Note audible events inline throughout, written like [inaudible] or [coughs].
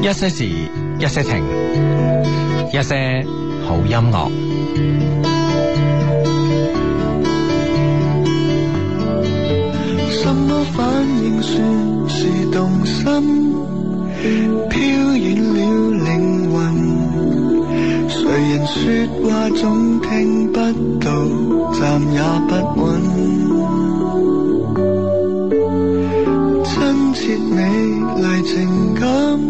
一些事，一些情，一些好音樂。什麼反應算是動心？飄遠了靈魂，誰人說話總聽不到，站也不穩。親切美麗情感，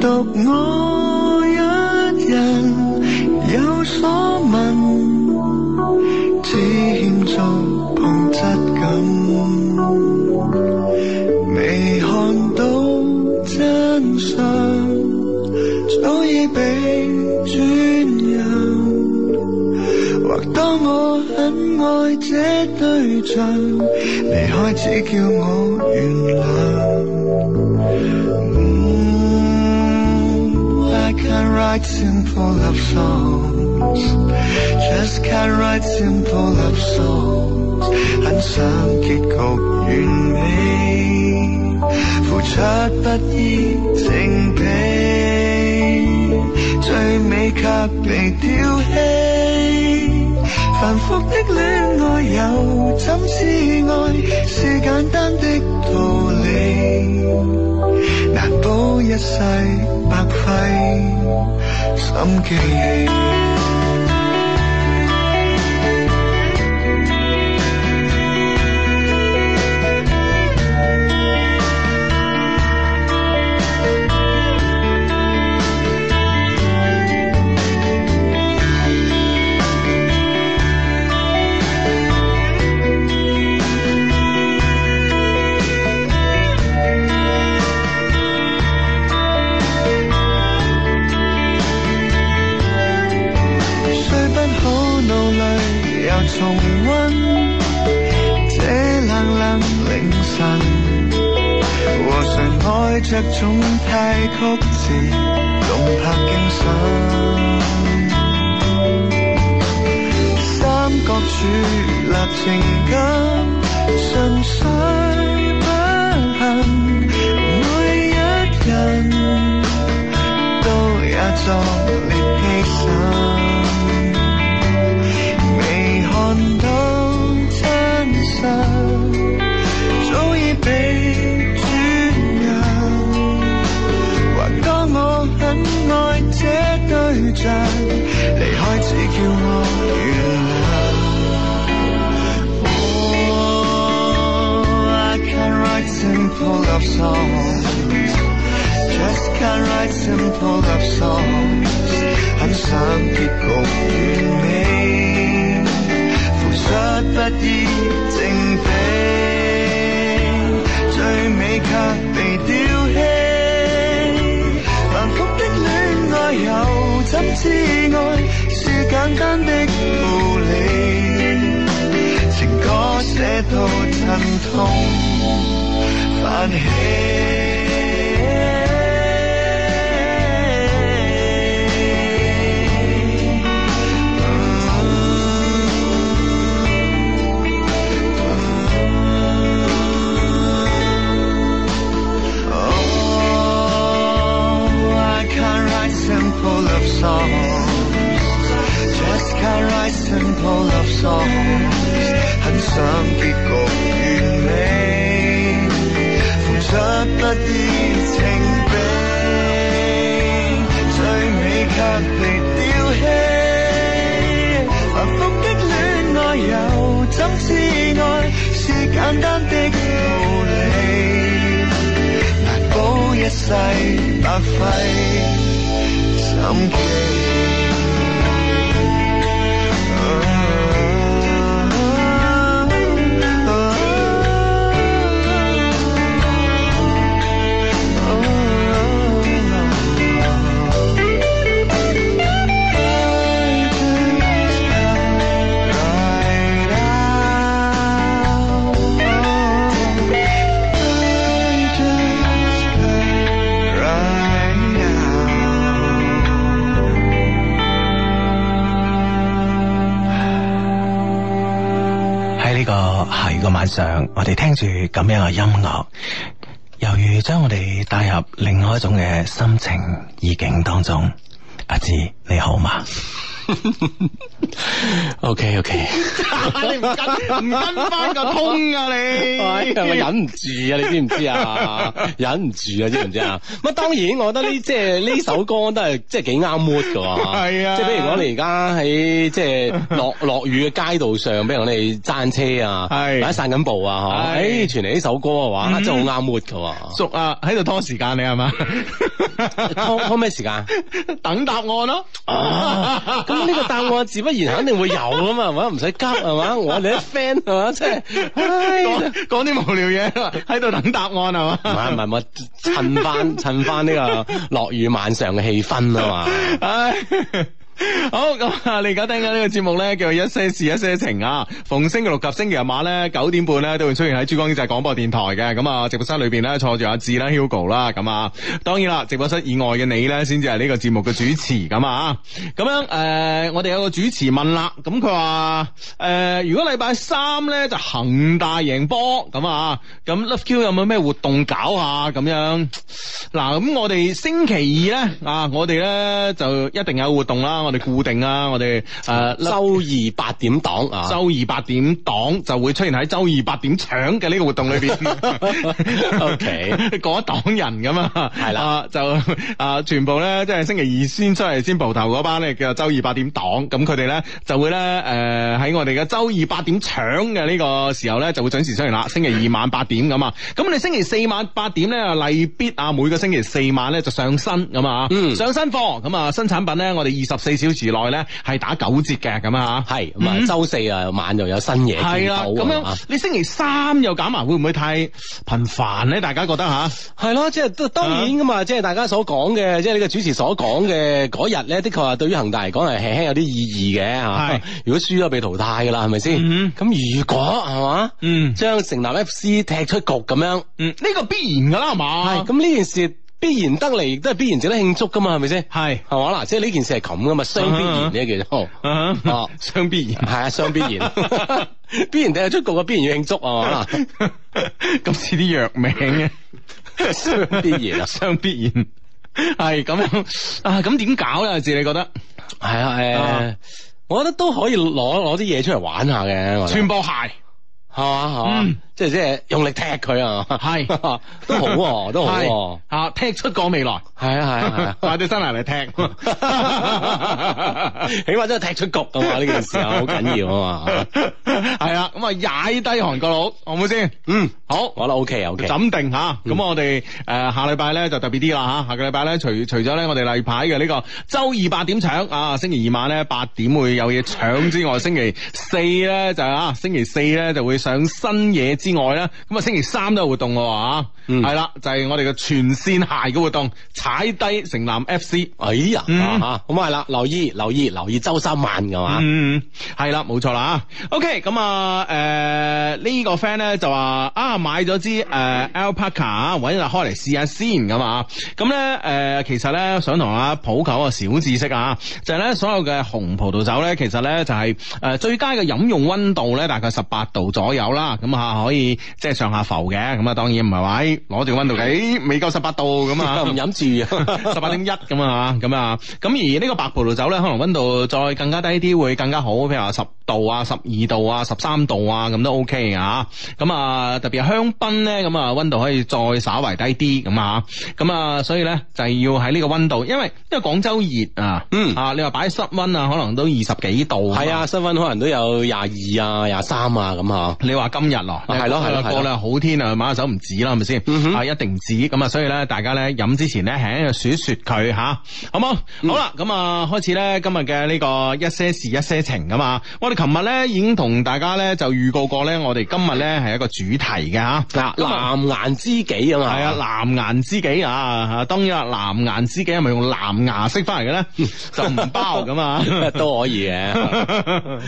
獨我一人有所問，只欠觸碰質感。未看到真相，早已被轉讓。或當我很愛這對象，離開只叫我原諒。Mm, I can't write simple love songs, just can't write simple love songs。很想結局完美，付出不依正比，最尾卻被丟棄。繁複的戀愛又怎知愛是簡單的道理？難保一世白費心機。雖不好腦裏又重溫這冷冷凌晨，和誰愛着總太曲折，動魄驚心。三角柱立情感，純粹不幸，每一人都也壯烈犧牲。未看到真相，早已被轉讓。還當我很愛這對象，離開只叫我原諒。Oh, I can't write simple love songs, just can't write simple love songs。很想結局完美，付出不依正比，最尾卻被丟棄。繁複的戀愛又怎知愛是簡單的道理？情歌寫到陣痛泛起。Oh, I can't write simple love songs, just can't write simple love songs。很想結局完美，付出不依情比，最尾卻被丟棄。繁複的戀愛又怎知愛是簡單的道理？難保一世白費心機。喺呢個下雨嘅晚上，我哋聽住咁樣嘅音樂，猶如將我哋帶入另外一種嘅心情意境當中。阿志，你好 [laughs] 嗎？ O K O K，你唔跟唔跟翻個通啊你？係咪哎忍唔住啊？你知唔知啊？忍唔住啊？知唔知啊？咁啊，當然，我覺得呢即係呢首歌都係即係幾啱 mood 噶喎。係啊即係比如講你而家喺即係 [laughs] 落落雨嘅街道上，比如講你揸車啊，係或者散緊步啊，嚇，係誒，傳嚟呢首歌嘅話，嗯真係好啱 mood 噶 [laughs] 喎。叔啊，喺度拖時間你係嘛？ [laughs] 拖拖咩 [laughs] 時間？等答案咯。啊！咁呢個答案自不然肯定會有噶嘛，係嘛？唔使急係嘛？我哋啲 friend 係嘛？即係， [laughs] 唉講講啲無聊嘢，啊喺度等答案啊係嘛？唔係唔係，我趁翻趁翻呢個落雨晚上嘅氣氛啊嘛。 [laughs] 唉。好咁啊！你而家聽緊呢個節目咧，叫做一些事一些情啊。逢星期六及星期日晚咧，九點半咧都會出現喺珠江經濟廣播電台嘅。咁啊，直播室裏邊咧坐住阿志啦、Hugo 啦，咁啊，當然啦，直播室以外嘅你咧，先至係呢個節目嘅主持咁啊。咁樣誒、呃我哋有個主持問啦，咁佢話誒，如果禮拜三咧就恒大贏波咁啊，咁 Love Q 有冇咩活動搞下咁樣？嗱，咁我哋星期二咧啊，我哋咧就一定有活動啦，我哋固定啊，我哋誒周二八點檔啊，周二八點檔就會出現喺周二八點搶嘅呢個活動裏邊。 [laughs] OK [laughs] 嗰一檔人咁啊，係啦啊，就啊全部咧即係星期二先出嚟先蒲頭嗰班咧叫做周二八點檔，咁佢哋咧就會咧誒喺我哋嘅周二八點搶嘅呢個時候咧就會準時出現啦，星期二晚八點咁啊，咁你星期四晚八點咧例必啊每個星期四晚咧就上新咁啊，嗯上新貨咁啊新產品咧我哋二十四小時內咧係打九折嘅咁啊。係咁啊，嗯周四啊晚又有新嘢係見啦，到咁啊樣你星期三又減埋，會唔會太頻繁咧？大家覺得吓？係咯，即係都當然噶嘛，即係大家所講嘅，即係呢個主持所講嘅嗰日咧，的確啊係對於恒大嚟講係輕輕有啲意義嘅係嚇。如果輸咗被淘汰噶啦，係咪先？嗯咁如果係嘛，嗯將城南 FC 踢出局咁樣，嗯，呢個必然噶啦，係嘛？係咁呢件事必然得嚟，亦都係必然值得慶祝噶嘛，係咪先？係係嘛嗱，即係呢件事係咁噶嘛，相必然嗯呢叫做。啊哈哦，相必然。係啊，相必然， [laughs] 必然踢出局啊，必然要慶祝 [laughs] 啊，係嘛咁似啲藥名嘅，相 [laughs] 必然啊相必然。係咁樣啊，咁點搞咧？志你覺得係啊，誒啊，我覺得都可以攞攞啲嘢出嚟玩下嘅，我覺得穿波鞋？係嘛係嘛嗯，即係即係用力踢佢啊，係 [laughs] 都好 [laughs] 喎，都好喎係，啊，踢出個未來，係啊係 [laughs] 快啲真係嚟踢係。，起碼真係踢出局啊嘛，呢件事啊好緊要啊嘛， [laughs] 係啦，咁啊踩低韓國佬，好唔好先？嗯，好。我覺得 OK 啊 OK，枕定吓，咁我哋誒下禮拜咧就特別啲啦吓，下個禮拜咧除除咗咧我哋例牌嘅呢個周二八點搶啊，星期二晚咧八點會有嘢搶之外，星期四咧就啊星期四咧就會上新嘢之外咧，咁啊星期三都有活動嘅話，嗯係啦、就係、我哋嘅全線鞋嘅活動，踩低城南 FC。哎呀嗯啊咁係啦，留意留意留意周三晚㗎嘛，嗯，係啦，冇錯啦吓。OK，咁啊，誒、呢、個 friend 咧就話啊買咗支誒 Alpaca 啊揾日開嚟試下先咁啊。咁咧誒，其實咧想同阿普及一個小知識啊，就係、呢咧所有嘅紅葡萄酒咧，其實咧就係、誒最佳嘅飲用温度咧，大概十八度左右啦。咁啊可以即係上下浮嘅。咁啊當然唔係話哎攞住個温度計，咦未夠十八度咁 [laughs] 啊。唔飲住啊。 [laughs] 十八點一咁啊，咁啊，咁而呢個白葡萄酒咧，可能温度再更加低啲會更加好，譬如話十度啊、十二度啊、十三度啊，咁都 OK 啊。咁啊，特別係香檳咧，咁啊温度可以再稍為低啲咁啊，咁啊，所以咧就係要喺呢個温度，因為因為廣州熱啊，嗯啊，你話擺室温啊，可能都二十幾度，係啊，。身份可能都有廿二啊、廿三啊咁嚇。你話今日咯，啊係咯係咯係咯過兩好天啊，買下手唔止啦，係咪先嗯哼？啊，一定唔止咁啊，所以咧，大家咧飲之前咧，輕輕雪一雪佢吓，好冇？好啦，咁啊，開始咧今日嘅呢個一些事一些情啊嘛，我哋琴日咧已經同大家咧就預告過咧，我哋今日咧係一個主題嘅吓，嗱，今日藍顏知己啊嘛，係啊，藍顏知己啊，嚇當然啦，藍顏知己係咪用藍牙識翻嚟嘅咧？就唔包咁啊。嗯 [laughs] 都可以嘅。啊，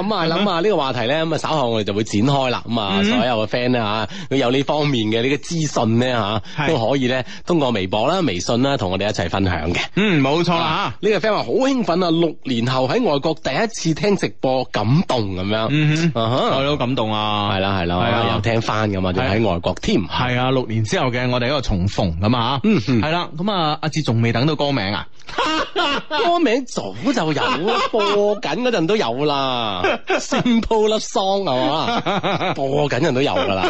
咁啊，諗下呢個話題咧，咁啊，稍後我哋就會展開啦。咁啊，嗯所所有嘅 friend 咧吓，佢有呢方面嘅呢個資訊咧吓，係都可以咧通過微博啦、微信啦，同我哋一齊分享嘅。 [laughs] 嗯，冇錯啦啊！呢個 friend 話好興奮啊！六年後喺外國第一次聽直播，感動咁樣。嗯哼，啊哈我都好感動啊，係啦係係啊啦，又聽翻噶嘛，仲喺外國添。係啊，六年之後嘅我哋一個重逢咁啊，嗯嗯係啦，咁啊，阿志仲未等到歌名 [laughs] 啊，歌名啊早就有啦，播緊嗰陣都有啦。Simple Love Song 係嘛，播緊陣都有噶啦。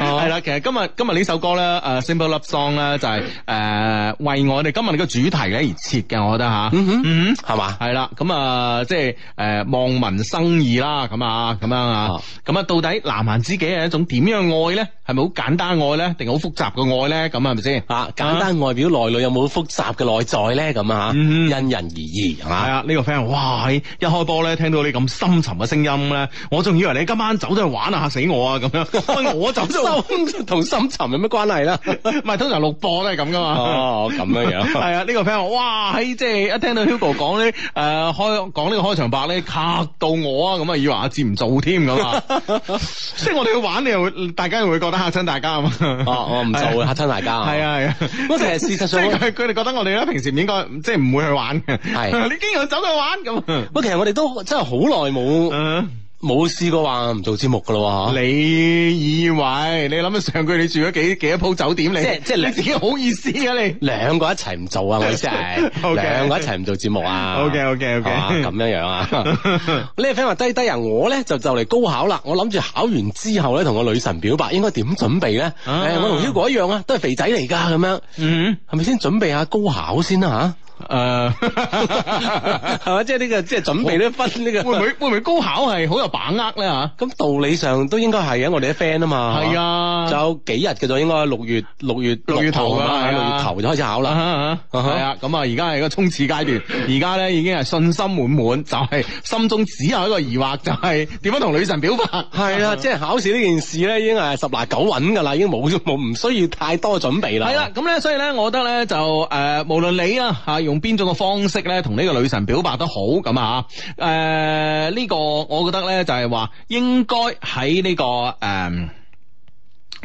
哦係啦，其實今日今日呢首歌咧，誒 Simple Love Song 咧就係誒為我哋今日嘅主題咧而設嘅，我覺得吓，嗯哼嗯。係嘛？系啦，咁啊，即系诶望民生義啦，咁啊，咁樣啊啊，咁啊，到底南蠻知己係一種點樣嘅愛咧？係咪好簡單嘅愛咧，定係好複雜嘅愛咧？咁係咪先？啊，簡單外表內裏有冇複雜嘅內在咧？咁啊，嗯因人而異係係嘛？啊，呢、個 friend 哇，一開波咧聽到你咁深沉嘅聲音咧，我仲以為你今晚走咗去玩啊，嚇死我啊咁樣。 [laughs] 喂，我走咗去玩，心 [laughs] 同深沉有咩關係 [laughs] 啦？唔係通常錄播都係咁噶嘛。哦，咁樣係樣。啊，呢、個 friend 話哇，喺即係一聽到 Hugo 講咧，誒、呃、開講呢個開場白咧，嚇到我啊，咁啊以為阿志唔做添咁 [laughs] 啊，即係我哋去玩，你又會大家又會覺得嚇親大家啊嘛。哦，我唔做會嚇親大家。係啊係啊。不過其實事實即上係，佢佢哋覺得我哋咧平時唔應該，即係唔會去玩嘅。係 [laughs] 你經常走去玩咁。啊不過其實我哋都真係好耐冇嗯冇試過話唔做節目噶咯喎。你以為你諗下上句你住咗幾幾多鋪酒店你？即係即係 [laughs] 你自己好意思啊你？兩個一齊唔做啊！我意思係 [laughs] OK 兩個一齊唔做節目啊。 OK，OK，OK 係嘛咁樣樣 [laughs] 啊。呢個 friend 話低低啊，我咧就就嚟高考啦，我諗住考完之後咧同個女神表白，應該點準備咧？誒，啊我同 Hugo 一樣啊，都係肥仔嚟㗎咁樣，嗯，係咪先準備下高考先啦嗯誒， [laughs] 吓？係咪？即係呢個即係準備呢分會呢唔個。會會唔會高考係好有把握咧嚇？咁道理上都應該係嘅，我哋啲 friend 啊嘛。係啊，仲有幾日嘅啫，應該六月六月六月頭㗎啊嘛，係六啊月頭就開始啊考啦。哈啊啊哈哈係啊，咁啊，而家係一個衝刺階段，而家咧已經係信心滿滿，就係、心中只有一個疑惑，就係點樣同女神表白。係啦，即係考試呢件事咧，已經係十拿九穩㗎啦，已經冇冇唔需要太多準備啦。係啦，，咁咧，所以咧，我覺得咧就誒、呃，無論你啊嚇用邊種嘅方式咧，同呢個女神表白都好咁啊誒呢、個我覺得咧就係話應該喺呢、個誒。呃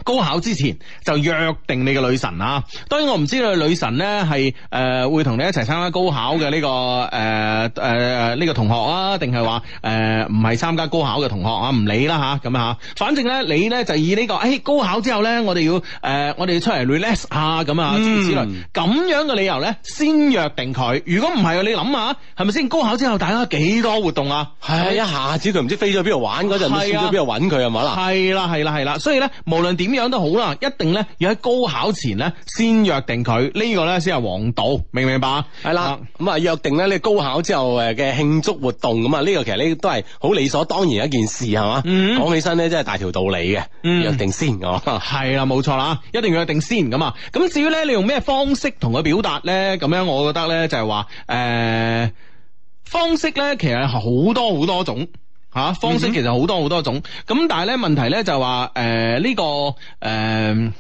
高考之前就約定你嘅女神啊！當然我唔知道女神咧係誒會同你一齊參加高考嘅呢、個誒誒呢個同學啊，定係話誒唔係參加高考嘅同學啊？唔理啦吓咁吓，反正咧你咧就以呢、個誒、哎高考之後咧，我哋要誒、呃我哋要出嚟 relax 下咁啊，諸如此類嗯咁樣嘅理由咧，先約定佢。如果唔係，你諗下係咪先？高考之後大家幾多活動啊？係一下子佢唔知飛咗邊度玩嗰陣，唔知係飛啊咗邊度揾佢係咪啦？係啦，係啦，係啦，所以咧，無論點樣都好啦，一定咧要喺高考前咧先約定佢，呢、個咧先係王道，明唔明白？係啦，咁啊約定咧，你高考之後誒嘅慶祝活動咁啊，呢個其實呢都係好理所當然一件事係嘛？嗯講起身咧真係大條道理嘅，嗯約定先係嘛？係啦，冇錯啦，一定要約定先咁啊。咁至於咧，你用咩方式同佢表達咧？咁樣我覺得咧就係話誒方式咧，其實好多好多種。吓、方式其實好多好多種，咁但係咧問題咧就係話誒呢個誒、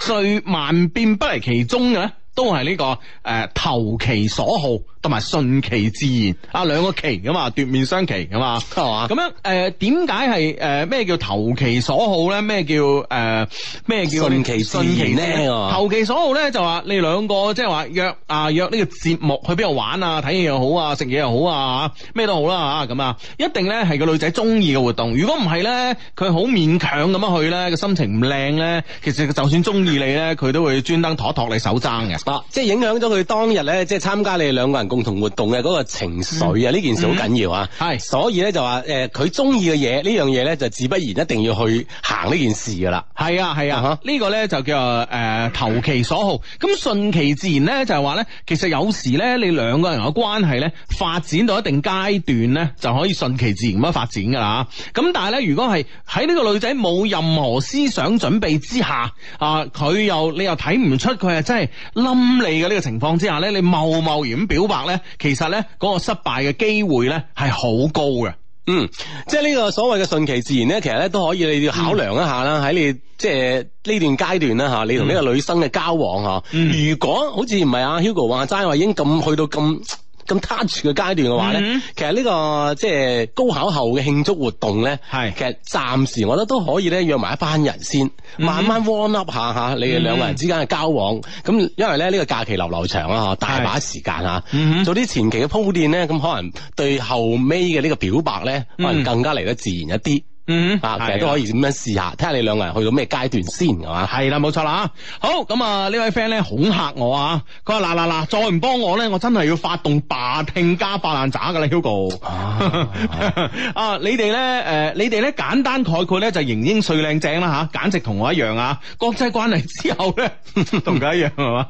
最萬變不離其宗嘅咧，都係呢、個誒、投其所好同埋順其自然啊兩個其噶嘛，奪面相其噶嘛，係嘛咁樣誒點解係誒咩叫投其所好咧？咩叫誒咩叫順其自然呢順其啊投其所好咧就話你兩個即係話約啊約呢個節目去邊度玩啊，睇嘢又好啊，食嘢又好啊，咩都好啦嚇咁啊，一定咧係個女仔中意嘅活動。如果唔係咧，佢好勉強咁樣去咧，個心情唔靚咧，其實佢就算中意你咧，佢都會專登托一托你手踭嘅。啊！即係影響咗佢當日咧，即係參加你哋兩個人共同活動嘅嗰個情緒啊！呢、件事好緊要啊！嗯係所以咧就話誒，佢中意嘅嘢呢樣嘢咧，就自不然一定要去行呢件事噶啦。係啊係啊啊哈，呢個咧就叫誒、呃、投其所好，咁順其自然咧就係話咧，其實有時咧你兩個人嘅關係咧發展到一定階段咧就可以順其自然咁樣發展噶啦。咁但係咧，如果係喺呢個女仔冇任何思想準備之下，啊佢又你又睇唔出佢係真係冧你嘅呢個情況之下咧，你貿貿然咁表白咧，其實咧嗰、個失敗嘅機會咧係好高嘅。嗯，即係呢個所謂嘅順其自然咧，其實咧都可以你要考量一下嗯啦，喺、你即係呢段階段啦吓，你同呢個女生嘅交往吓，嗯啊如果好似唔係阿 Hugo 話齋話已經咁去到咁。咁 touch 嘅階段嘅話咧，嗯其實呢、個即係高考後嘅慶祝活動咧，係其實暫時我覺得都可以咧約埋一班人先，嗯慢慢 warm up 下吓你哋兩個人之間嘅交往。咁因為咧呢、個假期流流長啦，吓大把時間吓，嗯哼做啲前期嘅鋪墊咧，咁可能對後尾嘅呢個表白咧，可嗯能更加嚟得自然一啲。嗯啊，其實都可以點樣試下，睇下你兩個人去到咩階段先，[laughs] 係嘛？ [laughs] 系啦，冇錯啦。好咁啊，呢位 friend 咧恐嚇我啊，佢話嗱嗱嗱，再唔幫我咧，我真係要發動霸聽加發爛渣噶啦，Hugo。啊，你哋咧诶，誒你哋咧簡單概括咧就型英帥靚正啦吓，簡直同我一樣啊！國際關係之後咧， [laughs] 同佢一樣係嘛？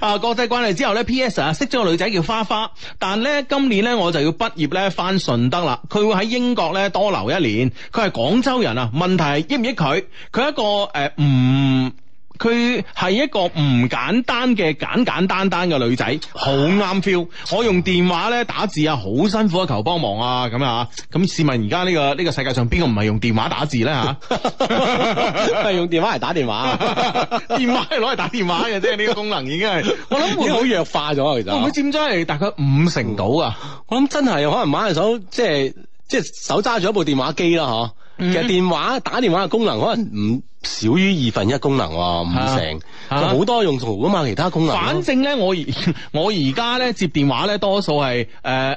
啊，國際關係之後咧，P.S. 啊，識咗個女仔叫花花，但咧今年咧我就要畢業咧翻順德啦，佢會喺英國咧多留一年，佢係廣州人啊，問題係益唔益佢？佢一個诶唔。佢係一個唔簡單嘅簡簡單單嘅女仔，好啱 feel。我用電話咧打字啊，好辛苦啊，求幫忙啊咁啊。咁試問而家呢個呢、個世界上邊個唔係用電話打字咧吓？係用電話嚟打電話， [laughs] 電話係攞嚟打電話嘅啫，呢個功能已經係我諗已會唔經好會弱化咗啊其會唔會實。佔咗係大概五成到啊？我諗真係可能買下手，即係即係手揸住一部電話機啦，嗬。嗯其實電話打電話嘅功能可能唔少於二分一功能喎，五成。啊佢好多用途啊嘛，其他功能。反正咧，我而 [laughs] 我而家咧接電話咧，多數係誒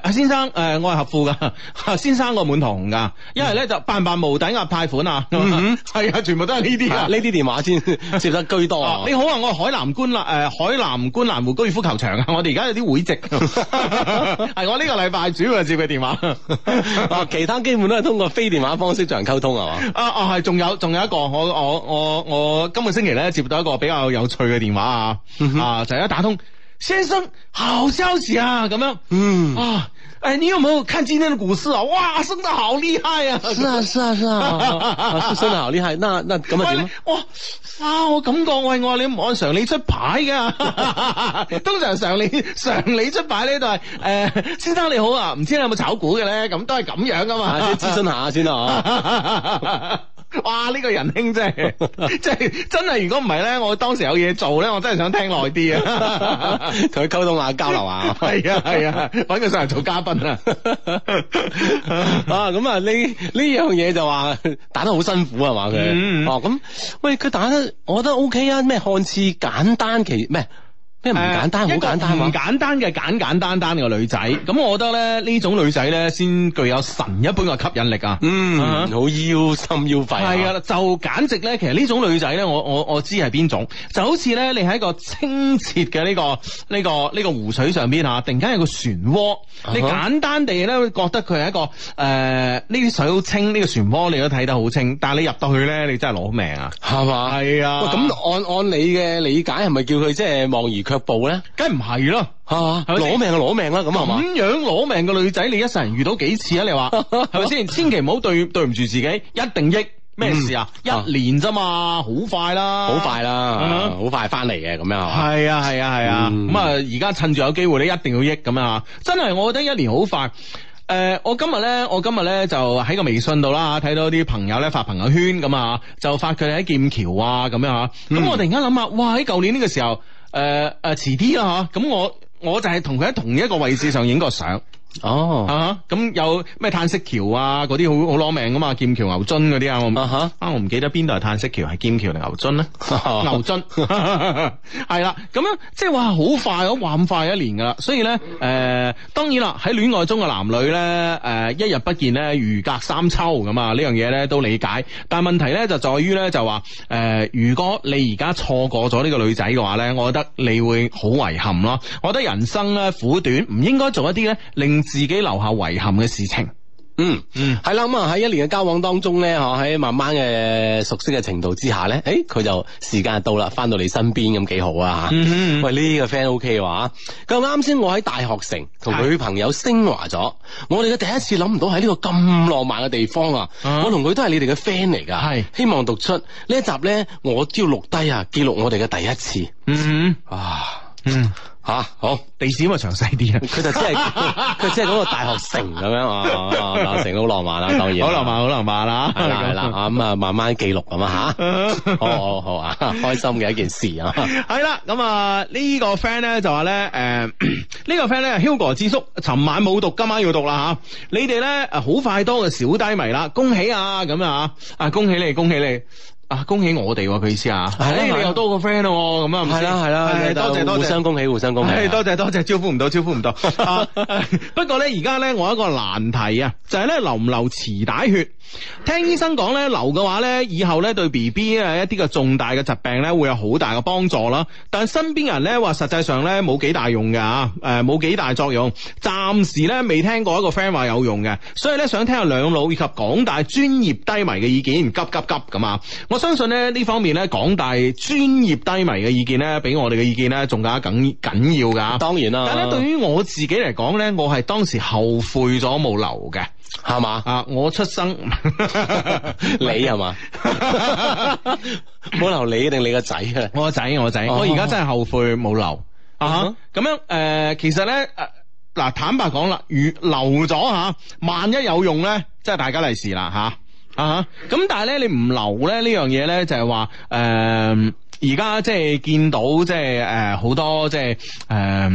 阿先生誒、呃我係合富噶，啊 [laughs] 先生我滿堂紅噶，因為咧就辦唔辦無抵押貸款啊，係、啊，全 [laughs] 部都係呢啲嗯啊啊。 [laughs] 呢啲電話先 [laughs] 接得居多啊啊。你好啊！我係海南觀啦，誒、海南觀南湖高爾夫球場啊，我哋而家有啲 [laughs] 會籍， [laughs] 係我呢個禮拜主要係接嘅電話。 [laughs] [laughs] 啊，其他基本都係通過非電話方式進行溝通係 [laughs] 嘛？啊啊係，仲有仲有一個，我我我我今個星期咧接到一個比較有趣嘅電話啊，嗯啊就係一打通，先生好消息啊咁樣。嗯，啊，哎，你有没有看今天的股市啊？哇，升得好厉害呀、啊！是啊，是 [laughs] 啊，是啊啊，是真係好厲害。那那咁啊點喂啊你？哇啊！我感覺喂，我話你唔按常理出牌㗎，通常常理常理出牌呢就係誒先生你好啊，唔知你有冇炒股嘅咧？咁都係咁樣噶嘛啊，先諮詢下先 [laughs] 啦，哇！呢、個仁兄真係， [laughs] 即係真係，如果唔係咧，我當時有嘢做咧，我真係想聽耐啲 [laughs] 啊！嗬同佢溝通下、交流下。係啊係啊，揾佢上嚟做嘉賓啊！ [laughs] 啊，咁啊，呢呢樣嘢就話 [laughs] 打得好辛苦係嘛嗯佢？哦，咁喂，佢打得，我覺得 O K 啊，咩看似簡單其咩咩 [laughs] 唔簡單，好誒一個簡單啊唔嘛。簡單嘅簡簡單單嘅女仔，咁我覺得咧呢種女仔咧先具有神一般嘅吸引力啊！啊嗯，好腰心腰肺。係啊，，就簡直咧，其實呢種女仔咧，我我我知係邊種，就好似咧，你喺一個清澈嘅呢、個呢、個呢、個湖水上邊嚇，突然間有個漩渦，你啊哈簡單地咧會覺得佢係一個誒呢啲水好清，呢、個漩渦你都睇得好清，但係你入到去咧，你真係攞命啊！係嘛？係啊喂，咁按按你嘅理解，係咪叫佢即係望而卻步咧？梗唔係咯。係嘛？係咪先嗯攞命啊就攞命啦，咁係嘛咁？樣攞命嘅女仔，你一世人遇到幾次啊？你 [laughs] 話係咪先？千祈唔好對對唔住自己，一定益咩事啊？嗯一年咋嘛，好快啦，好快啦，啊好快翻嚟嘅咁樣係嘛？係啊係啊係啊！嗯咁啊，而家趁住有機會咧，一定要益咁樣啊！真係，我覺得一年好快。誒、我今日咧，我今日咧就喺個微信度啦，睇到啲朋友咧發朋友圈咁啊，就發佢哋喺劍橋啊咁樣啊。嗯咁、我突然間諗下，哇！喺舊年呢個時候，誒、誒遲啲啦嚇，咁我我就係同佢喺同一個位置上影過相。哦，啊哈，咁有咩嘆息橋啊，嗰啲好好攞命噶嘛，劍橋牛津嗰啲啊，我唔 [laughs] 啊哈啊我唔記得邊度係嘆息橋，係劍橋定牛津咧？哦牛津 [laughs] 係啦，咁樣即係話好快，話咁快一年噶啦，所以咧誒、嗯當然啦，喺戀愛中嘅男女咧誒、一日不見咧，如隔三秋咁啊，呢樣嘢咧都理解，但問題咧就在於咧就話誒、如果你而家錯過咗呢個女仔嘅話咧，我覺得你會好遺憾咯。我覺得人生咧苦短，唔應該做一啲咧令自己留下遺憾嘅事情。嗯。嗯，系啦，咁啊喺一年嘅交往當中咧，嗬喺慢慢嘅熟悉嘅程度之下咧，诶佢就時間到啦，翻到你身邊咁幾好啊吓。嗯喂，呢、個 friend O K 話，咁啱先我喺大學城同女朋友升華咗，我哋嘅第一次諗唔到喺呢個咁浪漫嘅地方啊！啊我同佢都係你哋嘅 friend 嚟㗎，係希望讀出呢一集咧，我都要錄低啊，記錄我哋嘅第一次嗯啊！嗯，吓好，地址咪詳細啲啊。佢就即 [laughs] 係佢即係講個大學城咁樣啊啊，大學城都好浪漫啦，啊當然好浪漫，好浪漫啦，係啦係啦，啊咁啊慢慢記錄咁啊 [laughs] [laughs] 吓，啦。好好好啊，開心嘅一件事啊，系啦，咁啊呢個 friend 咧就話咧，诶、 [clears throat] 呢、個 friend 咧 Hugo 智叔，尋晚冇讀，今晚要讀啦吓。你哋咧啊好快多個小低迷啦，恭喜啊咁啊啊恭喜你，恭喜你。啊！恭喜我哋喎，佢意思啊，係啦哎係啦你又多個 friend 咯，咁啊，唔係啦係啦，係多謝多互謝相。恭喜，互相恭喜唉啊，多謝多謝，招呼唔到，招呼唔到。啊 [laughs] 不過咧，而家咧，我有一個難題啊，就係咧流唔流臍帶血？聽醫生講咧，流嘅話咧，以後咧對 B B 啊一啲嘅重大嘅疾病咧會有好大嘅幫助啦。但身邊人咧話實際上咧冇幾大用嘅啊，誒冇幾大作用，暫時咧未聽過一個 friend 話有用嘅，所以咧想聽下兩老以及廣大專業低迷嘅意見，急急急咁啊！我相信咧呢方面咧廣大專業低迷嘅意見咧，比我哋嘅意見咧仲加緊緊要㗎。當然啦，但咧，對於我自己嚟講咧，我係當時後悔咗冇留嘅。係嘛，啊，我出 [laughs] 生你 [laughs] 係嘛，冇留你定你個仔啊，我個仔，我個仔，哦我而家真係後悔冇留啊嗯！咁樣誒，其實咧誒嗱，坦白講啦，如留咗嚇，萬一有用咧，即係大家利是啦嚇啊！咁但係咧，你唔留咧呢樣嘢咧，就係話誒，而家即係見到即係誒好多即係誒。呃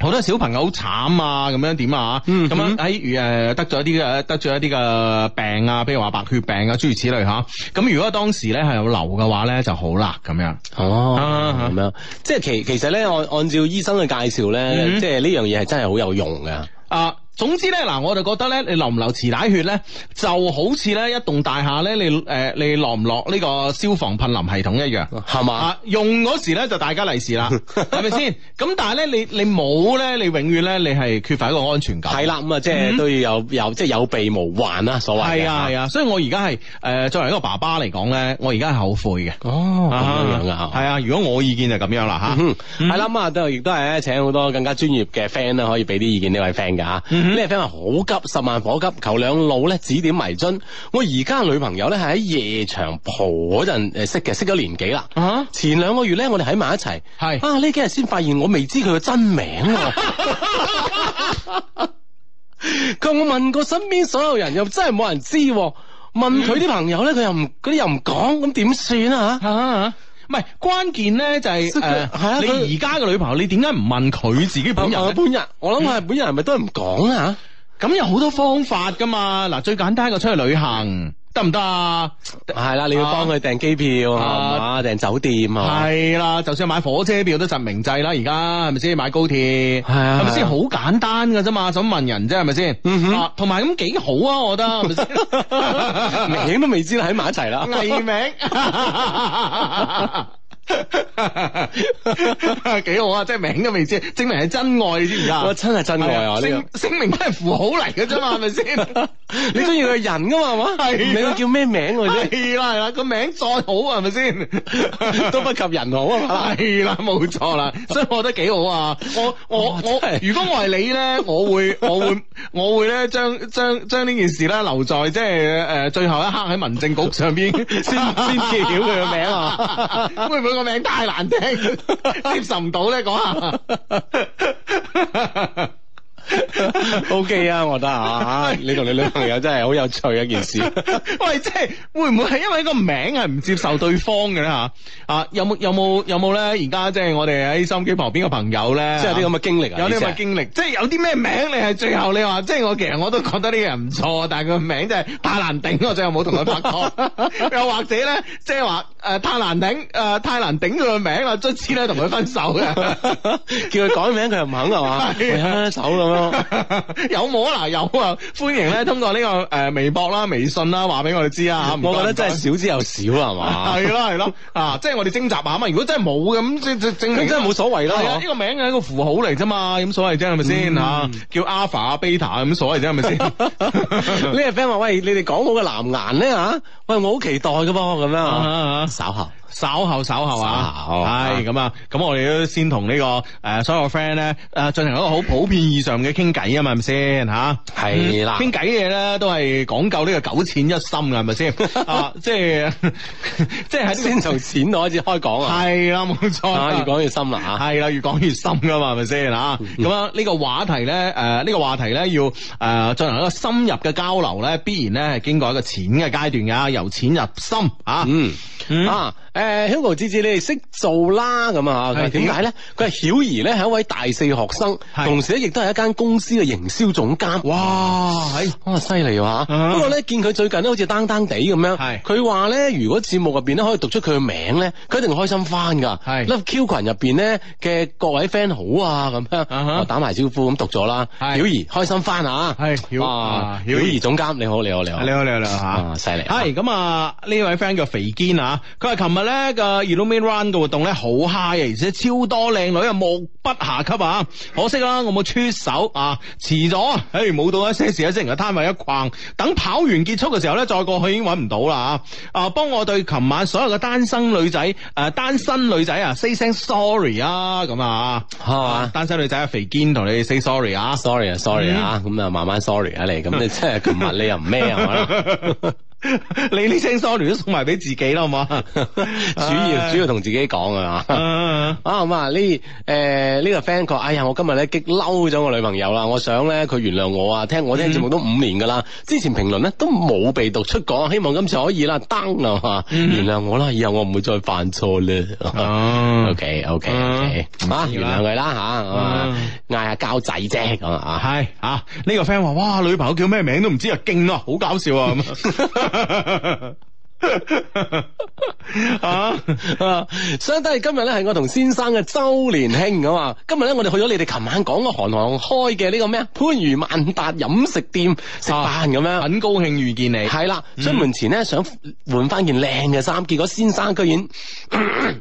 好多小朋友好慘啊，咁樣點啊？咁嗯樣喺誒得咗一啲嘅得咗一啲嘅病啊，譬如話白血病啊，諸如此類嚇。咁如果當時咧係有流嘅話咧就好啦，咁樣。啊哦，咁樣，即係其其實咧，按按照醫生嘅介紹咧，嗯即係呢樣嘢係真係好有用嘅。啊，總之咧嗱，我就覺得咧，你流唔流臍帶血咧，就好似咧一棟大廈咧，你誒、呃你落唔落呢個消防噴淋系統一 [laughs] 樣。係嘛？啊，用嗰時咧就大家利是啦，係咪先？咁但係咧，你你冇咧，你永遠咧你係缺乏一個安全感。係啦，咁啊，即係都要有有即係有備無患啦，所謂嘅係啊係啊，所以我而家係誒作為一個爸爸嚟講咧，我而家係後悔嘅。哦，咁樣樣噶，係啊，如果我意見就咁樣啦嚇。嗯，系啦，咁啊，都亦都係咧，請好多更加專業嘅 friend 啦，可以俾啲意見呢位 friend 噶吓。呢位 friend 話好急，十萬火急，求兩老咧指點迷津。我而家女朋友咧係喺夜場蒲嗰陣诶識嘅，識咗年幾啦。啊前兩個月咧，我哋喺埋一齊。係啊，呢幾日先發現我未知佢嘅真名喎。佢話我問過身邊所有人，又真係冇人知喎。問佢啲朋友咧，佢又唔嗰啲又唔講，咁點算啊？啊！唔係關鍵咧，就係即誒係佢係啊佢你而家嘅女朋友，你點解唔問佢自己本人啊咧？本人，我諗佢係本人，係咪都係唔講啊？咁有好多方法噶嘛，嗱最簡單一個出去旅行得唔得啊？係啦，你要幫佢訂機票係啊嘛，訂酒店係嘛，係啦，就算買火車票都實名制啦，而家係咪先買高鐵？係啊係咪先係啊好簡單噶啫嘛？想問人啫係咪先？嗯哼啊同埋咁幾好啊，我覺得係咪先？ [laughs] 明顯都未知啦，喺埋一齊 [laughs] 啦。藝名。 [laughs] 幾好啊！即係名都未知，證明係真愛，你知唔知啊我？真係真愛啊！呢聲個聲明都係符號嚟嘅啫嘛，係咪先？你中意佢個人噶嘛？係嘛？係啊你佢叫咩名我啫？ [laughs] 係啦係啦，個名再好啊係咪 [laughs] 先？都不及人好啊嘛！係啦，冇錯啦， [laughs] 所以我覺得幾好啊！我我哇我真，係如果我係你咧，我 [laughs] 會我會我會咧將將將呢件事咧留在即係誒最後一刻喺民政局上 [laughs] 邊先先揭曉佢嘅名 [laughs] 啊！會唔會個名太難 [laughs] 聽，接受唔到咧？講下。 O K 啊，我覺得 [laughs] 啊，你同你女朋友真係好有趣啊一件 [laughs] 事。 [laughs] 喂，即係會唔會係因為個名係唔接受對方嘅咧吓？啊，有冇有冇有冇咧？而家即係我哋喺收音機旁邊嘅朋友咧，即係有啲咁嘅經歷啊，有啲咁嘅你真係經歷，即係有啲咩名你係最後你話，即係我其實我都覺得呢個人唔錯，但係佢個名真係太難頂，我最後冇同佢拍 [laughs] 拖。又或者咧，即係話誒太難頂，誒、太難頂佢個名啦，卒之咧同佢分手嘅。 [laughs] 叫佢改名佢又唔肯係嘛？係啊喂手咁樣。 [laughs] 有冇啊？嗱，有啊！歡迎咧，通過呢、個誒、呃微博啦、微信啦，話俾我哋知啊！我覺得真係係。少之又少啊係嘛？系咯系咯，啊，即係我哋徵集下嘛。如果真係冇嘅咁，即即證明咁真係冇所謂啦嗯係啊嗬呢個名係一個符號嚟啫嘛，有乜所謂啫？係咪先吓？叫 Alpha、Beta 有乜所謂啫？係咪 [laughs] 先？ [laughs] 呢個 friend 話：喂，你哋講好嘅藍顏咧嚇，喂，我好期待嘅噃，咁樣啊啊啊啊稍後稍後稍後啊稍，後係咁啊，咁我哋都先同呢個诶所有 friend 咧诶進行一個好普遍以上嘅傾偈啊嘛，係咪先吓？係啦嗯傾偈嘅嘢咧都係講究呢個九淺一深嘅，係咪先？啊，即係 [laughs] 即係喺呢 [laughs] 先從錢度開始開講個啊，係啦，冇錯啦啊，越講越深啦啊，系啦，越講越深噶嘛，係咪先啊？嗯咁啊，呢個話題咧，诶、呢、個個話題咧要诶進行一個深入嘅交流咧，必然咧係經過一個淺嘅階段噶，由淺入深啊。嗯。嗯啊，誒 Hugo 芝芝，你哋識做啦咁啊？佢話係點解咧？佢係曉兒咧係一位大四學生，係同時咧亦都係一間公司嘅營銷總監。哇，哎喺哇，犀利喎！啊不過咧，見佢最近咧好似單單地咁樣係，佢話咧，如果節目入邊咧可以讀出佢嘅名咧，佢一定開心翻㗎。係 Love Q 群入邊咧嘅各位 friend 好啊，咁啊哈樣我打埋招呼咁讀咗啦。係曉兒開心翻啊！係曉啊啊曉曉兒兒總監你好，你好，你好，你好，你好，你好啊，吓。犀利啊！係咁啊！呢位 friend 叫肥堅啊，佢話琴日咧個 Illumi Run 嘅活動咧好 high 啊，而且超多靚女啊，目不暇給啊！可惜啦，我冇出手啊，遲咗啊，唉，冇到一些事一些人嘅攤位一逛，等跑完結束嘅時候咧，再過去已經揾唔到啦啊！啊，幫我對琴晚所有嘅單身女仔誒、呃單身女仔啊，say 聲 sorry 啊，咁啊，係嘛單身女仔啊，肥堅同你 say sorry 啊！ sorry 啊，sorry 啊，嗯咁啊慢慢 sorry 啊你，咁 [laughs] 你真係琴日你又唔咩啊係嘛？你呢聲 sorry 都送埋俾自己啦，好啊嘛？ [laughs] 主要主要同自己講啊。要啊咁啊呢誒呢個 friend 佢話：哎呀，我今日咧激嬲咗我女朋友啦，我想咧佢原諒我啊，聽我聽節目都五年噶啦，之前評論咧都冇被讀出講，希望今次可以啦，登啊嘛，原諒我啦，以後我唔會再犯錯 [laughs] 啦。O 哦， K O K O K，啊原諒佢啦吓，啊嗌下交仔啫咁啊，係啊，呢個 friend 話：哇，女朋友叫咩名都唔知啊，勁啊，好搞笑啊咁。啊， [laughs] 啊，相低今日咧係我同先生嘅周年慶啊嘛，今日咧我哋去咗你哋琴晚講嘅韓航開嘅呢個咩啊番禺萬達飲食店食飯咁樣。很高興遇見你。系啦，出門前咧想換翻件靚嘅衫，結果先 [coughs] 生居然唔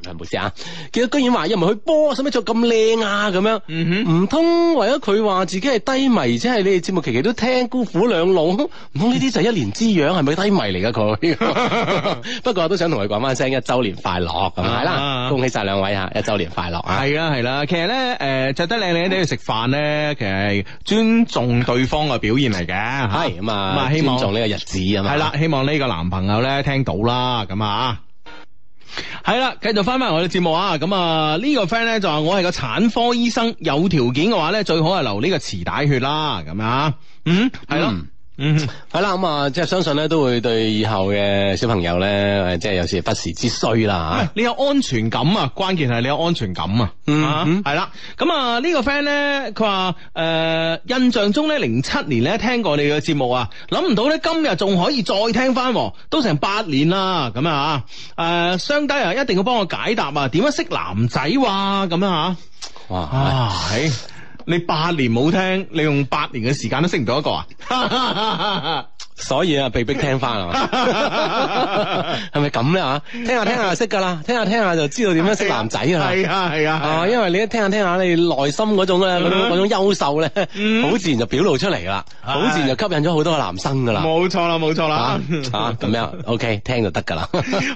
好意思啊，結果居然話又唔係去波，使乜着咁靚啊咁樣，嗯唔通為咗佢話自己係低迷，即係你哋節目期期都聽，孤苦兩老，唔通呢啲就係一年之癢，係咪低迷嚟噶佢？ [laughs] 不過我都想同佢講翻聲一週年快樂咁係啊啦，恭喜晒兩位啊，一週年快樂啊！係啦係啦，其實咧誒、着得靚靚哋去食飯咧，其實係尊重對方嘅表現嚟嘅。係咁咁啊，啊希尊望重呢個日子啊嘛，系啦，希望呢個男朋友咧聽到啦，咁啊。係啦，繼續翻翻我哋節目啊！咁啊，呢個 friend 咧就話我係個產科醫生，有條件嘅話咧，最好係留呢個臍帶血啦，咁啊，嗯，係咯嗯，嗯，系啦，咁啊，即係相信咧，都會對以後嘅小朋友咧，誒即係有時不時之需啦你有安全感啊，關鍵係你有安全感啊，嗯啊嗯係啦，咁啊呢個 friend 咧，佢話誒印象中咧零七年咧聽過你嘅節目啊，諗唔到咧今日仲可以再聽翻喎，都成八年啦，咁啊誒雙低啊，一定要幫我解答啊，點樣識男仔喎、咁樣啊，吓。哇，啊係。你八年冇聽，你用八年嘅時間都識唔到一個啊？所以啊，被逼聽翻 [laughs] 啊，係咪咁咧吓？聽下聽下就識㗎啦，聽下聽下就知 [laughs] 道點樣識男仔㗎啦。 [laughs] 係啊係啊，係嗯啊，因為你一聽下聽下，你內心嗰種咧，嗰種嗰種優秀咧，好自然就表露出嚟㗎啦，好自然就吸引咗好多個男生㗎啦。冇錯啦冇錯啊啦啊，咁樣，OK，聽就得 [laughs] 㗎啦。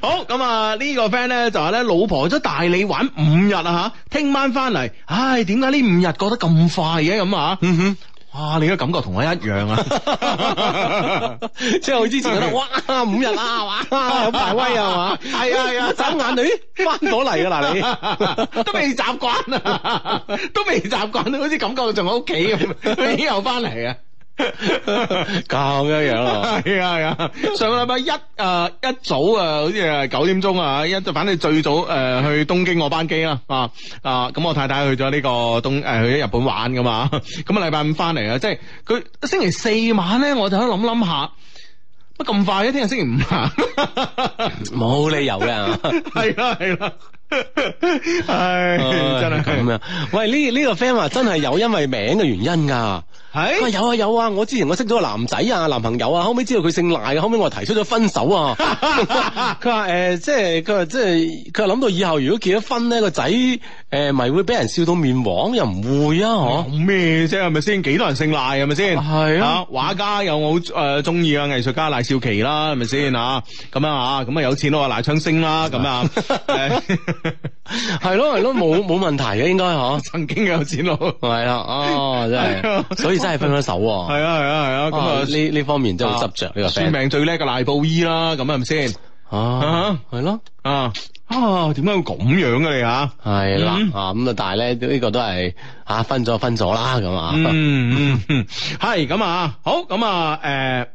好咁啊！呢個 friend 咧就話咧，老婆咗大理玩五日啊吓，聽晚翻嚟，唉，點解呢五日過得咁快嘅咁啊？嗯哼。哇！你嘅感覺同我一樣 [laughs] 啊！即係我之前 [laughs] 覺得哇五日啊，哇有排威啊嘛，係啊係啊 [laughs] 眨眼你翻咗嚟㗎啦你。 [laughs] 都未習慣 [laughs] 啊，都未習慣，好似感覺仲喺屋企咁，已經又翻嚟啊！咁樣樣 [laughs] 咯，係啊係啊，上個禮拜一啊、一早啊，好似係九點鐘啊，一反正最早誒、呃去東京我班機啦啊啊，咁我太太去咗呢個東誒、呃去咗日本玩噶嘛，咁啊禮拜五翻嚟啊，即係佢星期四晚咧，我就喺度諗諗下，乜咁快嘅？聽日星期五啊，冇理由 [laughs] 嘅。啊係啦 [laughs] 係啦，唉唉真係咁樣，喂呢呢個 friend 話真係有因為名嘅原因㗎，佢話係有啊有啊，我之前我識咗個男仔啊，男朋友啊，後尾知道佢姓賴嘅，後尾我提出咗分手啊。 [laughs] 佢話誒，即係佢話即係佢話諗到以後如果結咗婚咧，個仔誒咪會俾人笑到面黃，又唔會啊，講嗬。咩啫？係咪先？幾多人姓賴係咪先？係啊啊，畫家有我好誒中意啊嘅藝術家賴少奇啦，係咪先啊？咁樣啊，咁啊有錢佬啊賴昌星啦，咁啊， [laughs] 誒係咯係咯，冇冇問題嘅應該嗬。曾經嘅有錢佬，係係啦， [laughs] 哦，真係啊係，所以真係分咗手喎。啊係啊係啊，咁啊啊呢呢方面真係好執着呢個算 friend。命最叻嘅賴布衣啦，咁係咪先？啊啊，係咯。啊啊，點解會咁樣嘅你啊？係啦嗯，啊咁啊，但係咧呢個都係啊分咗就分咗啦咁 [laughs] 啊，嗯嗯，系咁啊，好咁啊， [clears throat] 诶、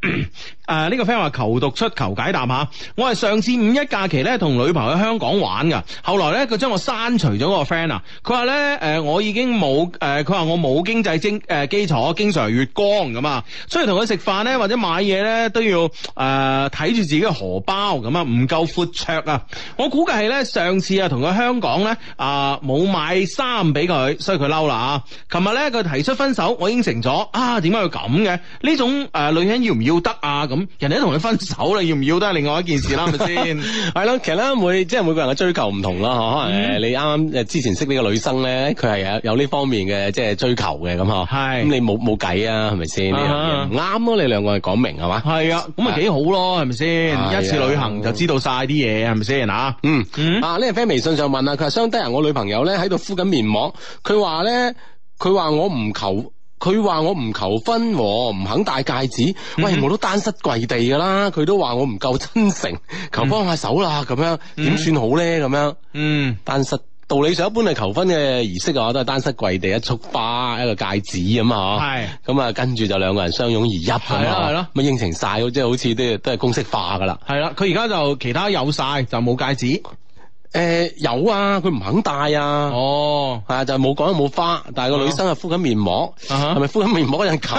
诶，呢、個 friend 話求讀出求解答吓，我係上次五一假期咧同女朋友去香港玩噶，後來咧佢將我刪除咗嗰個 friend 啊，佢話咧诶我已經冇诶，佢、話我冇經濟經诶基礎，經常係月光咁啊，所以同佢食飯咧或者買嘢咧都要诶睇住自己嘅荷包咁啊，唔夠闊綽啊，我估計係咧上次啊同佢香港咧啊冇買衫俾佢，所以佢嬲啦啊，琴日咧佢提出分手，我應承咗啊，點解要咁嘅？呢種诶女人要唔要得啊？咁人哋都同你分手啦，要唔要得係啊另外一件事啦，係咪先？係咯，其實咧每即係每個人嘅追求唔同啦，嗬可嗯能誒你啱啱誒之前識呢個女生咧， [laughs] 佢係有有呢方面嘅即係追求嘅咁嗬，係 [laughs] 咁你冇冇計啊，係咪先呢啊樣嘢唔啱咯？你兩個係講明係嘛？係啊，咁咪幾好咯，係咪係啊先？一次旅行就知道晒啲嘢，係咪先啊？嗯，嗯啊呢個 friend 微信上問啊，佢話相低人，我女朋友咧喺度敷緊面膜，佢話咧，佢話我唔求。佢話我唔求婚喎，唔肯戴戒指，嗯喂，我都單膝跪地噶啦，佢都話我唔夠真誠，求幫下手啦，咁樣點算好咧？咁樣嗯。單膝，道理上一般係求婚嘅儀式啊，都係單膝跪地，一束花，一個戒指咁啊，係咁啊，跟住就兩個人相擁而泣咁係啊係啊咯，咪應承晒，即係好似都都係公式化噶啦。係啦，佢而家就其他有晒，就冇戒指。誒有啊，佢唔肯戴啊。哦，係啊，就係冇講有冇花，但係個女生係敷緊面膜，啊哈係咪敷緊面膜嗰陣求？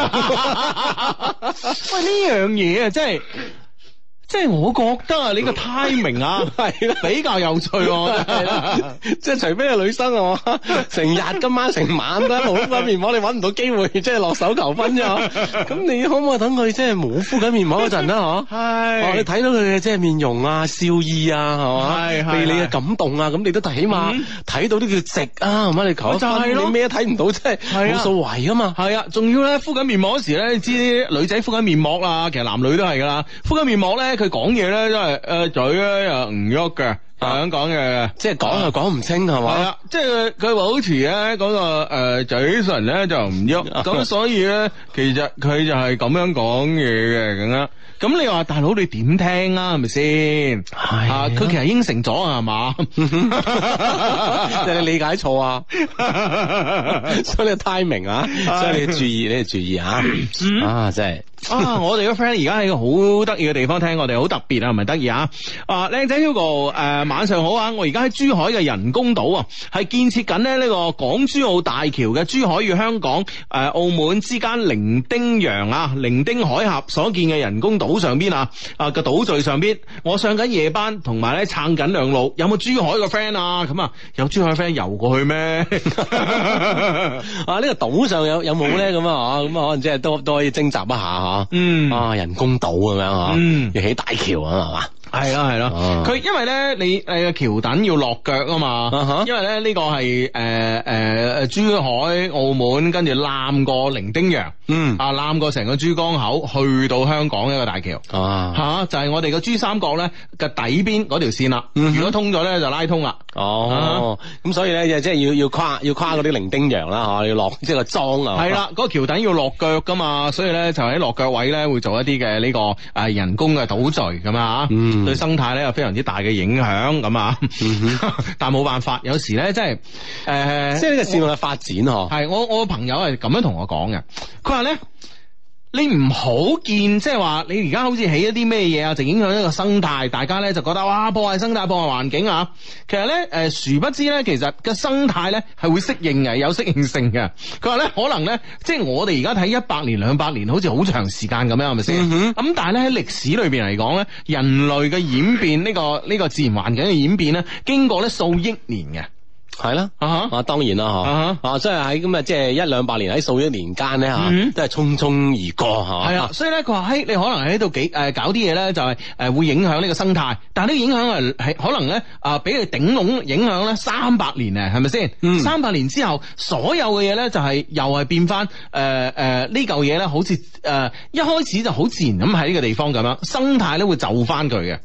喂，呢樣嘢啊，真係，即係我覺得啊，你個 timing 啊， [laughs] 係啦比較有趣 [laughs] 係喎。啦， [laughs] 即係除非個女生啊，成日今晚成晚都冇敷緊面膜，你揾唔到機會即 [laughs] 係落手求婚啫 [laughs] 嗬。咁你可唔可以等佢即係冇敷緊面膜嗰陣啦？嗬？哦，你係，睇到佢嘅即係面容啊、笑意啊，係係係嘛，被你嘅感動啊，咁你都起碼嗯睇到都叫值啊，係咪？你求咪就咗婚，係咯你咩都睇唔到，即係係啊冇所謂啊嘛。係啊，仲要咧敷緊面膜嗰時咧，你知女仔敷緊面膜啦，其實男女都係噶啦。敷緊面膜咧，佢講嘢咧都係誒嘴咧又唔喐啊嘅，就咁講嘅。即係講又講唔清係系嘛，啊，即系佢話好似咧嗰個诶嘴唇咧就唔 [laughs] 喐，咁所以咧其實佢就係咁樣講嘢嘅咁樣。咁你話大佬你點聽啊？係咪先？係啊，佢其實應承咗啊，係 [laughs] 嘛？ [laughs] 即係你 [laughs] 理解錯啊。所以你 timing 啊，所以你要注意，你要注意啊，嗯啊真係 [laughs] 啊！我哋個 friend 而家喺個好得意嘅地方聽我哋，好特別啊，唔係得意啊！啊，靚仔 Hugo，誒、晚上好啊！我而家喺珠海嘅人工島啊，係建設緊咧呢個港珠澳大橋嘅珠海與香港誒、澳門之間伶仃洋啊、伶仃海峽所建嘅人工島上邊啊，啊個島嶼上邊，我上緊夜班，同埋咧撐緊兩路，有冇珠海嘅 friend 啊？咁啊，有珠海 friend 游過去咩？ [laughs] 啊呢個島上有有冇咧咁啊咁啊可能即係都都可以徵集一下吓，嗯啊人工島咁樣吓，嗯要起大橋啊係嘛，系啦系啦啊，佢因為咧你诶橋墩要落腳啊啊哈嘛，因為咧呢個係诶诶珠海、澳門跟住攬過伶仃洋，嗯啊攬過成個珠江口去到香港一個大橋。吓、啊就係我哋個珠三角咧嘅底邊嗰條線啦。嗯哼如果通咗咧，就拉通啦。哦，咁所以咧即係要要跨要跨嗰啲伶仃洋啦啊吓，要落即係個莊啊，係啦，嗰、個橋墩要落腳噶嘛，所以咧就喺落腳位咧會做一啲嘅呢個诶人工嘅島嶼咁啊，嗯對生態咧有非常之大嘅影響咁啊。 [laughs] 但冇辦法，有時咧真係呃诶，即係呢個事物嘅發展啊嗬，係我我朋友係咁樣同我講嘅，佢話咧。你唔好見，即係話你而家好似起一啲咩嘢啊，就影響一個生態，大家咧就覺得哇破壞生態、破壞環境啊。其實咧，誒、殊不知咧，其實個生態咧係會適應嘅，有適應性嘅。佢話咧，可能咧，即係我哋而家睇一百年、兩百年，好似好長時間咁樣，係咪先？咁、但係咧喺歷史裏邊嚟講咧，人類嘅演變呢、個呢、個自然環境嘅演變咧，經過咧數億年嘅。系啦。啊哈啊，當然啦，啊吓啊，所以喺咁啊，即係一兩百年喺數一年間咧，吓嗯都係匆匆而過，吓 [laughs] 係啊，，所以咧佢話：，嘿，你可能喺度幾誒搞啲嘢咧，就係誒會影響呢個生態，但係呢個影響係係可能咧啊，俾佢頂籠影響咧三百年啊誒，係咪先？嗯三百年之後，所有嘅嘢咧就係又係變翻誒誒呢嚿嘢咧，好似誒一開始就好自然咁喺呢個地方咁樣，生態咧會就翻佢 [laughs] 嘅。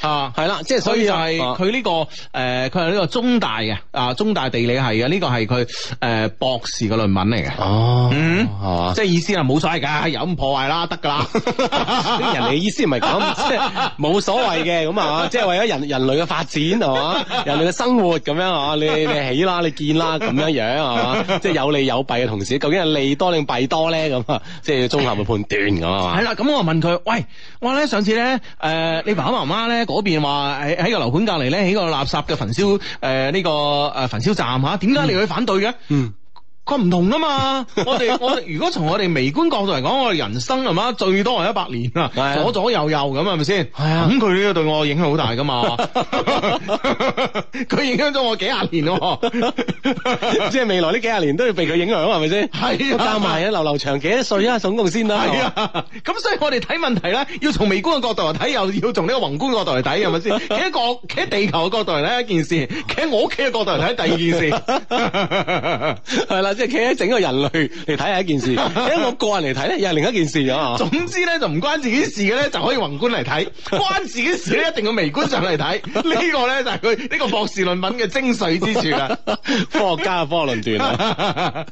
啊，係啦，即係所啊所以以就就係佢呢個誒，呃佢係呢個中大嘅啊，中大地理系嘅，呢個係佢誒博士嘅論文嚟嘅。哦，嗯係嘛。即係意思係冇所謂㗎，有咁破壞啦，得㗎啦。 [laughs] 咁人哋嘅意思唔 [laughs] 係咁，即係冇所謂嘅咁啊，即係為咗人人類嘅發展係嘛，人類嘅生活咁樣啊，你你起啦，你建啦咁樣樣係嘛，即係有利有弊嘅同時，究竟係利多定弊多咧咁啊，即係要綜合去判斷咁啊係啦，咁我問佢，喂，我話咧上次咧，誒、你爸爸媽媽咧嗰邊話喺喺個樓盤隔離咧起個垃圾嘅焚燒誒呢、個誒焚燒站嚇，點解你去反對嘅？嗯。佢唔同啊嘛，我哋我 [laughs] 哋如果從我哋微觀角度嚟講，我哋人生係啊嘛最多係一百年係啊，啊左左右右咁係咪先？係啊咁佢呢個對我影響好大 [laughs] 噶嘛， [laughs] 佢影響咗我幾廿 [laughs] 年喎，即係未來呢幾廿年都要被佢影響係咪先？係啊加埋啊，流流長幾多歲啊？總共先啦。 [laughs] 係啊，咁所以我哋睇問題咧，要從微觀嘅角度嚟睇，又要從呢個宏觀角度嚟睇，係咪 [laughs] 先？企喺角，企喺地球嘅角度嚟睇一件 [laughs] 事，企喺我屋企嘅角度嚟睇第二件事。係啦，即係企喺整個人類嚟睇係一 [laughs] 件事，因為我個人嚟睇咧又係另一件事啊。總之咧就唔關自己事嘅咧就可以宏觀嚟睇，關自己事咧一定要微觀上嚟睇。 [laughs] 呢個咧就係佢呢個博士論文嘅精髓之處啦。 [laughs] 科學家嘅科學論斷啊，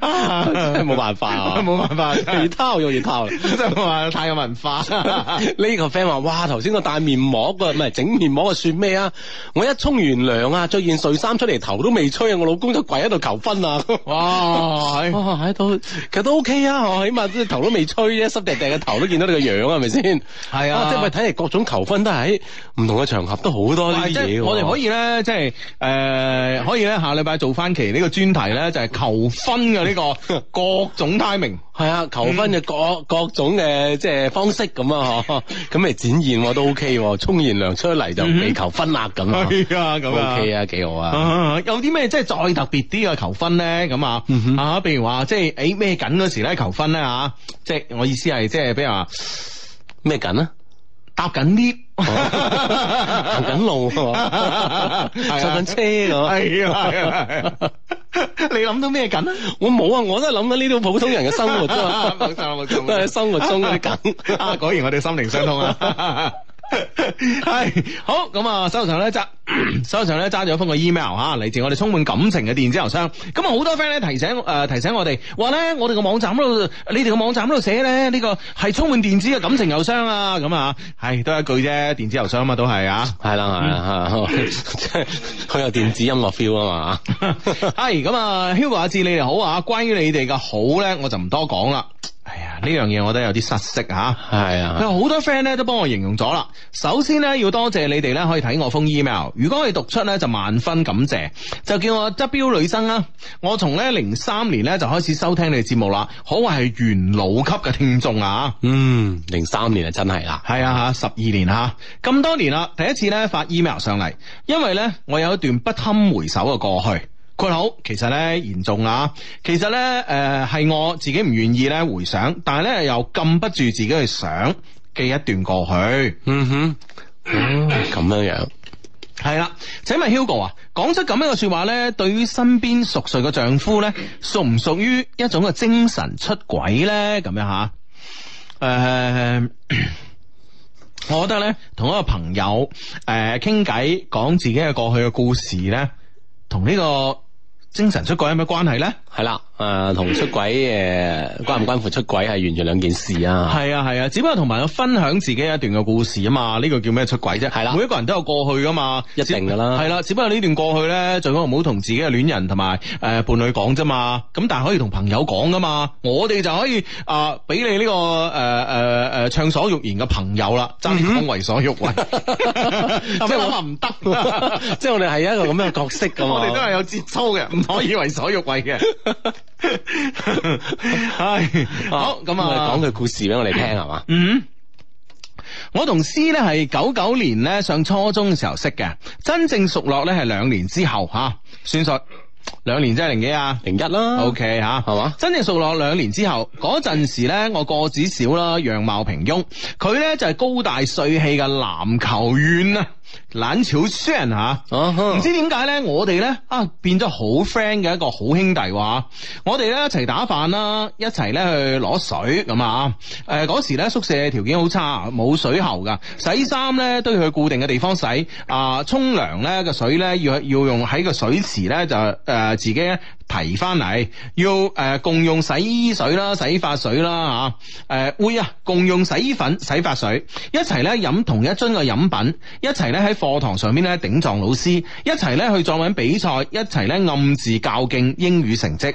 啊真係冇辦法啊， [laughs] 冇辦法，越真拋又越 [laughs] 拋啦。啊係話太有文 [laughs] 化。呢個 friend 話：，哇，頭先個戴面膜嘅，唔係整面膜嘅算咩啊？我一沖完涼啊，着件睡衫出嚟，頭都未吹啊，我老公就跪喺度求 [laughs] 婚啊！哇！係哇，喺度其實都 OK 啊，我起碼即係頭都未吹啫，濕滴滴嘅頭都見到你個樣啊，係咪先？係啊即係喂睇嚟各種求婚都係哎喺唔同嘅場合都好多呢喂啲哦即係嘢喎我哋可以咧，即係誒、呃可以咧下禮拜做翻期呢個專題咧，就係、求婚嘅呢個 [laughs] 各種 timing。係啊，求婚嘅各、各種嘅即係方式咁啊， [laughs] 嗬，咁嚟展現喎都 OK 喎，沖完涼出嚟就被求婚啦嗯咁啊啊， ，OK 啊，幾好啊，啊有啲咩即係再特別啲嘅求婚咧？咁啊，嗯啊，譬如話即係誒咩緊嗰時咧求婚咧吓、啊即係我意思係即係譬如話咩緊啊？搭緊 lift， [laughs] 行緊路啊， [laughs] 係啊坐緊車咁啊。係啊係啊係啊，你諗到咩緊啊？，我冇啊，我都係諗緊呢種普通人嘅生活啫嘛 [laughs] 冇錯冇錯冇錯都係生活中嗰啲緊。啊，果然我哋心靈相通啊！系好咁啊，手頭上咧揸 [clears throat] 手頭上咧揸咗封個 email 吓，嚟自我哋充滿感情嘅電子郵箱。咁啊，好多 friend 咧提醒誒、呃提醒我哋話咧，我哋個網站嗰度，呃你哋個網站嗰度寫咧呢、個係充滿電子嘅感情郵箱啊！咁啊，係都係一句啫，電子郵箱嘛都係啊。 [laughs] 係啦係啦， [laughs] 嚇即係佢有電子音樂 feel 啊嘛。係咁啊，Hugo 阿志你哋好啊，關於你哋嘅好咧，我就唔多講啦。哎呀，呢樣嘢我覺得有啲失色吓、啊。係佢啊，話好多 friend 咧都幫我形容咗啦。首先咧要多謝你哋咧可以睇我封 email，如果可以讀出咧就萬分感謝。就叫我 W 女生啦，我從咧零三年咧就開始收聽你哋節目啦，可謂係元老級嘅聽眾啊！嗯，零三年啊真係啦，係啊，十二年吓，咁多年啦，第一次咧發 email 上嚟，因為咧我有一段不堪回首嘅過去。括好，其實咧嚴重啊，其實咧誒係我自己唔願意咧回想，但係咧又禁不住自己去想嘅一段過去。嗯哼，嗯咁樣樣。系啦，請問 Hugo 啊，講出咁樣嘅说話咧，對於身邊熟睡嘅丈夫咧，屬唔屬於一種嘅精神出軌咧？咁樣吓，诶、我覺得咧，同一個朋友诶倾偈，講自己嘅過去嘅故事咧，同呢個精神出軌有咩關係咧？係啦，誒、同出軌誒、關唔關乎出軌係完全兩件事啊。係啊係啊，只不過同朋友分享自己一段嘅故事啊嘛，呢、個叫咩出軌啫？係啦每一個人都有過去噶嘛，一定㗎啦只係啦，只不過呢段過去咧，最好唔好同自己嘅戀人同埋呃誒伴侶講啫嘛。咁但係可以同朋友講噶嘛。我哋就可以啊，俾、你呢、個誒誒誒暢所欲言嘅朋友啦，爭嗯啲講為所欲 [laughs] 為，即係我話唔得。 [laughs] [laughs] 即係我哋係一個咁樣嘅啊角色㗎嘛。我哋都係有節操嘅，唔可以為所欲為 [laughs] 嘅。係好咁啊，啊啊講句故事俾我哋聽係嘛？嗯。我同 C 咧係九九年咧上初中嘅時候識嘅，真正熟落咧係兩年之後吓、算術兩年即係零幾啊？零一啦 O K 吓，係嘛真正熟落兩年之後，嗰陣時咧，我個子小啦，樣貌平庸，佢咧就係、高大帥氣嘅籃球員啊，籃球員吓。啊哈唔知點解咧，我哋咧啊變咗好 friend 嘅一個好兄弟話，我哋咧一齊打飯啦，一齊咧去攞水咁啊！誒、嗰時咧宿舍條件好差，冇水喉噶，洗衫咧都要去固定嘅地方洗，啊沖涼咧個水咧要要用喺個水池咧就誒、呃自己咧提翻嚟，要誒、共用洗衣水啦、洗髮水啦嚇，誒、會啊共用洗衣粉、洗髮水，一齊咧飲同一樽嘅飲品，一齊咧喺課堂上面咧頂撞老師，一齊咧去作文比賽，一齊咧暗自較勁英語成績。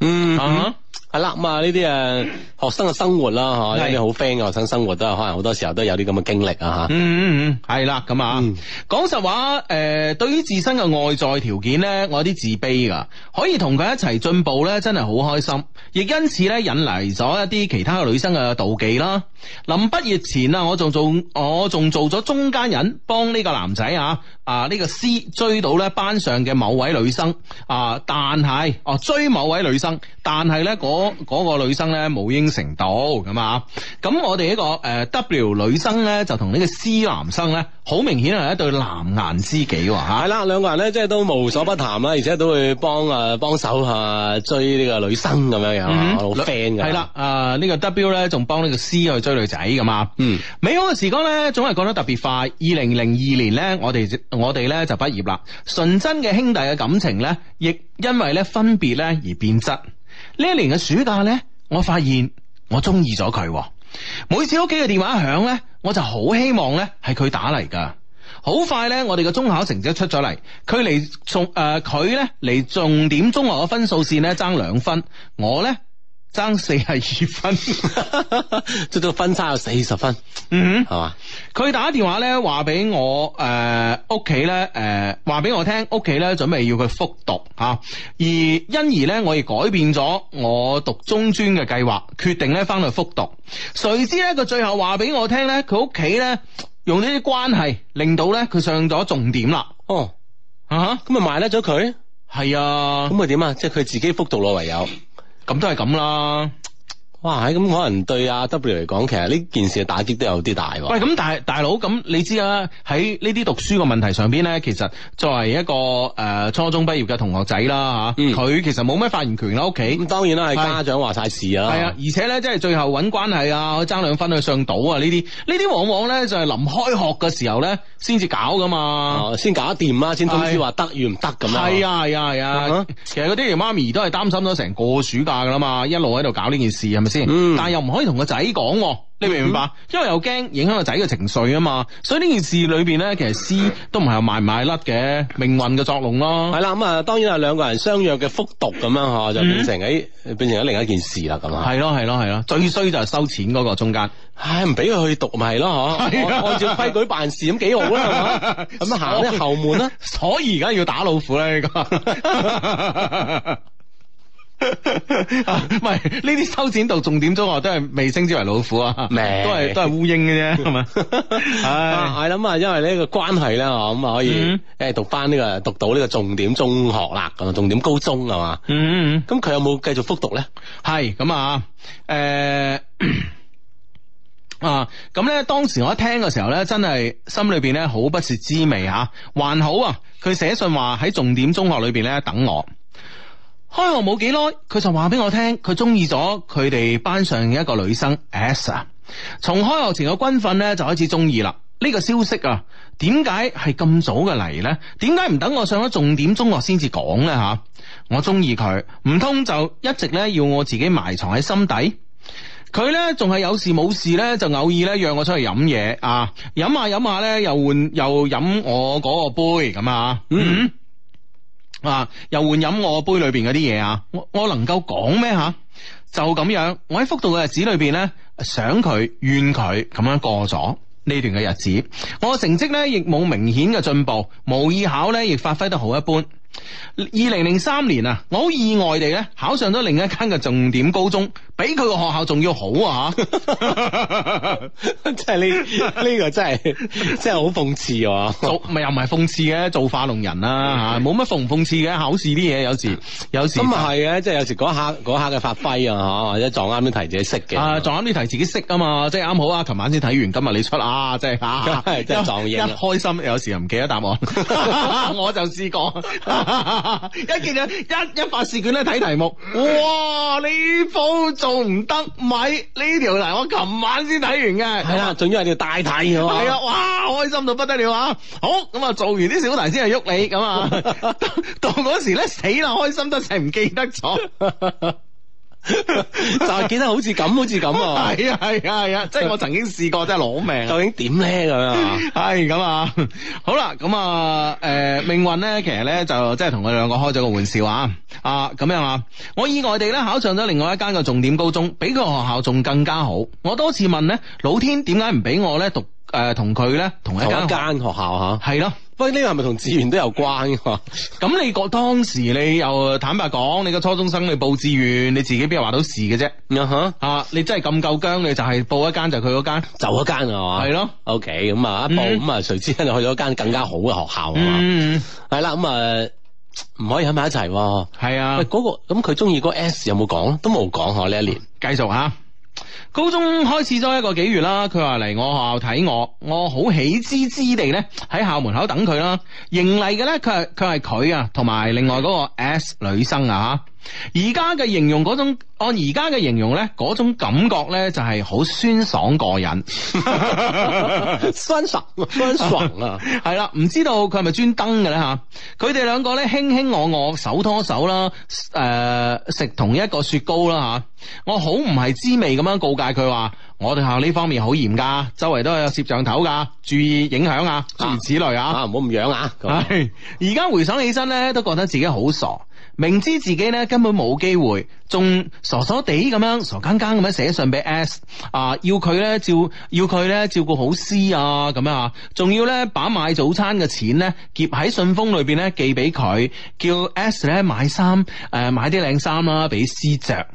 嗯啊係啦，咁啊呢啲誒學生嘅生活啦，係嗬，呢啲好 friend 嘅學生生活都係可能好多時候都有啲咁嘅經歷啊嚇。嗯嗯嗯，係啦咁啊嗯。講實話，誒、對於自身嘅外在條件呢，我有啲自卑㗎。可以同佢一齊進步呢，真係好開心。亦因此呢，引嚟咗一啲其他嘅女生嘅妒忌啦。臨畢業前啊，我仲做我仲做咗中間人，幫呢個男仔啊啊呢、個 C 追到呢班上嘅某位女生啊，但係哦追某位女生，但係呢嗰嗰個女生呢冇應承到咁啊。咁我哋呢個誒、W 女生呢，就同呢個 C 男生呢，好明顯係一對藍顏知己喎嚇係啦，兩個人咧即係都無所不談啦，而且都會幫啊幫手啊追呢個女生咁樣樣啊，好 friend 嗯㗎。係 [laughs] 啦，，啊呢個 W 咧仲幫呢個 C 去追女仔噶嘛。嗯，美好嘅時光咧，總係過得特別快。二零零二年咧，我哋我哋咧就畢業啦。純真嘅兄弟嘅感情咧，亦因為咧分別咧而變質。呢一年嘅暑假咧，我發現我中意咗佢喎。每次屋企嘅電話響咧，我就好希望咧係佢打嚟噶。好快咧，我哋嘅中考成績出咗嚟，佢離重誒佢咧離重點中學嘅分數線咧爭兩分，我咧爭四十二分。即到分差有四十分，嗯哼，係嘛？佢打電話咧話俾我誒屋企咧誒話俾我聽，屋企咧準備要佢復讀嚇、啊而因而咧我亦改變咗我讀中專嘅計劃，決定咧翻去復讀。誰知咧佢最後話俾我聽咧，佢屋企咧用呢啲關係令到咧佢上咗重點啦。哦，啊咁咪賣甩咗佢，哈，係啊咁，咪點啊？即係佢自己復讀咯，唯有。咁都係咁啦。哇，咁可能對阿 W 嚟講，其實呢件事嘅打擊都有啲大喎。喂，咁大大佬，咁你知啊？喺呢啲讀書嘅問題上邊咧，其實作為一個誒、呃初中畢業嘅同學仔啦吓，嗯佢、其實冇咩發言權啦，屋企。咁當然啦，係係家長話晒事啦。係啊，而且咧，即係最後揾關係啊，爭兩分去上島啊，呢啲呢啲往往咧就係臨開學嘅時候咧先至搞噶嘛。哦，先搞掂啦，先通知話得與唔得咁啊。係啊係啊係啊哈啊，其實嗰啲媽咪都係擔心咗成個暑假噶啦嘛，一路喺度搞呢件事係咪先？嗯但係又唔可以同個仔講喎，你明唔明白？因為又驚影響個仔嘅情緒啊嘛，所以呢件事裏邊咧，其實 C 都唔係賣唔賣甩嘅命運嘅作弄咯係。啦，咁啊，當然係兩個人相約嘅復讀咁樣嗬，就變成喺變成咗另一件事啦，咁啊，嗯係咯係咯係咯，最衰就係收錢嗰個中間。唉，唔俾佢去讀咪係咯，係嗬，啊按按照規矩辦事咁幾好 [laughs] 啦，係嘛，咁行啲後啊門啦，所以而家要打老虎咧， [laughs] 呢個啊唔係呢啲修剪到重點中學都係未升之為老虎啊，都未係都係烏蠅嘅啫，係 [laughs] 咪？啊唉，係啦，咁啊，因為呢個關係咧，嗬，咁啊可以嗯誒讀翻呢個讀到呢個重點中學啦，咁啊重點高中係嘛，嗯，咁佢有冇繼續復讀咧？係咁啊，誒。啊，咁咧當時我一聽嘅時候咧，真係心裏邊咧好不是滋味吓、還好啊，佢寫信話喺重點中學裏邊咧等我。開學冇幾耐，佢就話俾我聽，佢中意咗佢哋班上嘅一個女生 S 啊。從開學前嘅軍訓咧就開始中意啦。呢個消息啊，點解係咁早嘅嚟呢？點解唔等我上咗重點中學先至講呢？吓？我中意佢，唔通就一直咧要我自己埋藏喺心底？佢咧仲係有事冇事咧，就偶爾咧約我出去飲嘢啊，飲下飲下咧又換又飲我嗰個杯咁啊，嗯啊又換飲我杯裏邊嗰啲嘢啊，我我能夠講咩吓？就咁樣，我喺復讀嘅日子裏邊咧，想佢怨佢咁樣過咗。呢段嘅日子，我嘅成績咧亦冇明顯嘅進步，模擬考咧亦發揮得好一般。二零零三年啊，我好意外地咧考上咗另一間嘅重點高中，比佢個學校仲要好 [laughs] 啊！真係呢呢 [laughs] 個真係真係好諷刺啊！做咪又唔係諷刺嘅，造化弄人啊啦嚇，[laughs] 冇乜諷唔諷刺嘅，考試啲嘢有時有時咁啊係嘅，即係有時嗰刻嗰刻嘅發揮啊，嚇或者撞啱啲題自己識嘅。啊，撞啱呢題自己識啊嘛，即係啱好啊！琴晚先睇完，今日你出啊，即係啊， [laughs] 真係撞一嘢啦開心，有時又唔記得答 [laughs] 案， [laughs] 我就試過， [laughs] 一見到一一發試卷咧睇題目，哇！呢鋪做唔得米，呢條題我琴晚先睇完嘅，係啦，仲要係條大題啊嘛。啊系啊，哇，開心到不得了啊！好咁啊，做完啲小題先係喐你咁 [laughs] 啊，到到嗰時咧死啦，開心得成唔記得咗，就係記得好似咁，好似咁啊！係啊係啊係啊，即係我曾經試過，真係攞命啊！究竟點咧咁 [laughs] 樣啊？係咁啊，好啦，咁啊，诶、命運咧，其實咧就即係同我哋兩個開咗個玩笑啊，啊，咁樣啊，我意外地咧考上咗另外一間嘅重點高中，比佢學校仲更加好。我多次問咧，老天點解唔俾我咧讀诶同佢咧同一同間學？一間學校嚇，係咯。不過呢個係咪同志願都有關㗎？咁你個當時你又坦白講，你個初中生你報志願，你自己邊有話到事嘅啫？啊哈，啊，你真係咁夠姜，你就係報一間就佢嗰間，就一間啊嘛。係咯。 O K，咁啊一步嗯咁啊，誰知咧就去咗一間更加好嘅學校啊嘛。嗯，係啦，咁啊唔可以喺埋一齊喎。係啊喂，。嗰個咁佢中意嗰個 S 有冇講？都冇講嗬呢一年。繼續吓。高中開始咗一個幾月啦，佢話嚟我學校睇我，我好喜滋滋地咧喺校門口等佢啦。迎嚟嘅咧，佢係佢係佢啊，同埋另外嗰個 S 女生啊而家嘅形容嗰種，按而家嘅形容咧，嗰種感覺咧就係好酸爽過癮。 [laughs] 酸爽，酸爽啊！係啦，唔知道佢係咪專登嘅咧吓？佢哋兩個咧卿卿我我，手拖手啦，诶、食同一個雪糕啦吓。我好唔係滋味咁樣告誡佢話：我哋學校呢方面好嚴噶，周圍都有攝像頭噶，注意影響啊，諸如此類啊。 [laughs] 啊，唔好咁樣啊！咁唉而家回想起身咧，都覺得自己好傻，明知自己咧根本冇機會，仲傻傻地咁樣傻更更咁樣寫信俾 S 啊，要佢咧照要佢咧照顧好 C 啊咁樣啊，仲要咧把買早餐嘅錢咧夾喺信封裏邊咧寄俾佢，叫 S 咧買衫誒、呃、買啲靚衫啦俾 C 着。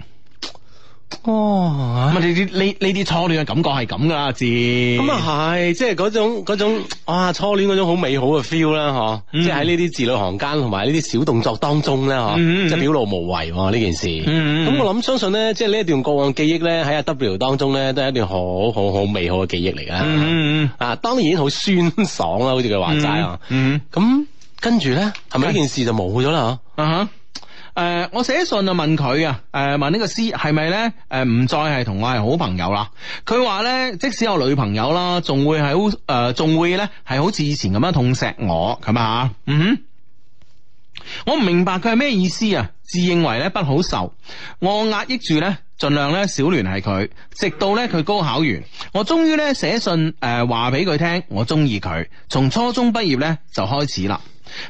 哦，咁啊，呢啲呢呢啲初戀嘅感覺係咁噶啦，至咁啊係，即係嗰種嗰種啊初戀嗰種好美好嘅 feel 啦，嗬、嗯即係喺呢啲字裏行間同埋呢啲小動作當中咧，嗬、嗯嗯嗯即係表露無遺喎呢件事。咁、嗯嗯嗯我諗相信咧，即係呢一段過往記憶咧，喺阿 W 當中咧，都係一段好好好美好嘅記憶嚟啦。嗯嗯啊，當然好酸爽啦，好似佢話嗯，齋啊。嗯。咁、跟住咧，係咪呢件事就冇咗啦？啊哈。誒、我寫信啊問佢啊，誒、問呢個 C 係咪咧？誒、唔再係同我係好朋友啦。佢話咧，即使有女朋友啦，仲會係好誒，仲、會咧係好似以前咁樣痛錫我咁啊。嗯哼，我唔明白佢係咩意思啊？自認為咧不好受，我壓抑住咧。盡量咧少聯繫佢，直到咧佢高考完，我終於咧寫信誒話俾佢聽，我中意佢，從初中畢業咧就開始啦。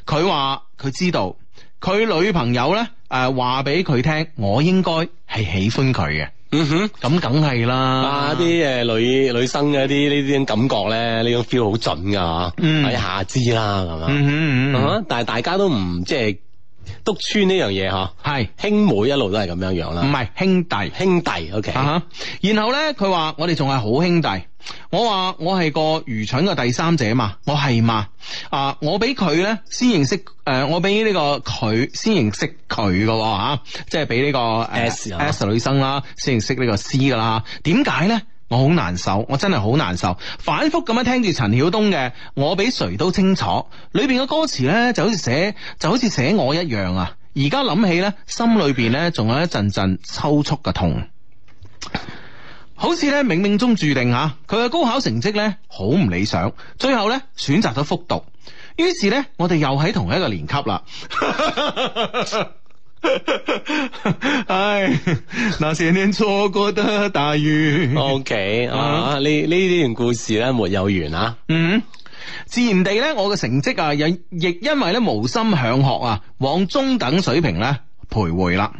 佢話佢知道佢女朋友咧誒話俾佢聽，我應該係喜歡佢嘅，嗯哼。咁梗係啦。啊！啲誒女女生嘅啲呢啲感覺咧，呢種 feel 好準噶嗯嚇，一下知啦咁啊。嗯哼嗯哼啊但係大家都唔即係督穿呢樣嘢嚇，係兄妹一路都係咁樣樣唔啦，係兄弟？兄弟 OK，嗯啊哈！然後咧，佢話我哋仲係好兄弟。我話我係個愚蠢嘅第三者嘛，我係嘛啊！我俾佢咧先認識誒、呃我俾呢個佢先認識佢嘅喎啊即係俾呢個呃 S 啊 S 女生啦，先認識呢個 C 噶啦。點解咧？我好難受，我真係好難受，反覆咁樣聽住陳曉東嘅《我比誰都清楚》，裏邊嘅歌詞咧就好似寫就好似寫我一樣啊！而家諗起咧，心裏邊咧仲有一陣陣抽搐嘅痛。好似咧冥冥中注定吓，佢嘅高考成績咧好唔理想，最後咧選擇咗復讀，於是咧我哋又喺同一個年級啦。 [laughs] 唉，那些年錯過的大雨 [laughs] OK 啊，呢呢呢段故事咧沒有完啊，嗯，自然地咧，我嘅成績啊，亦亦因為咧無心向學啊，往中等水平咧徘徊啦。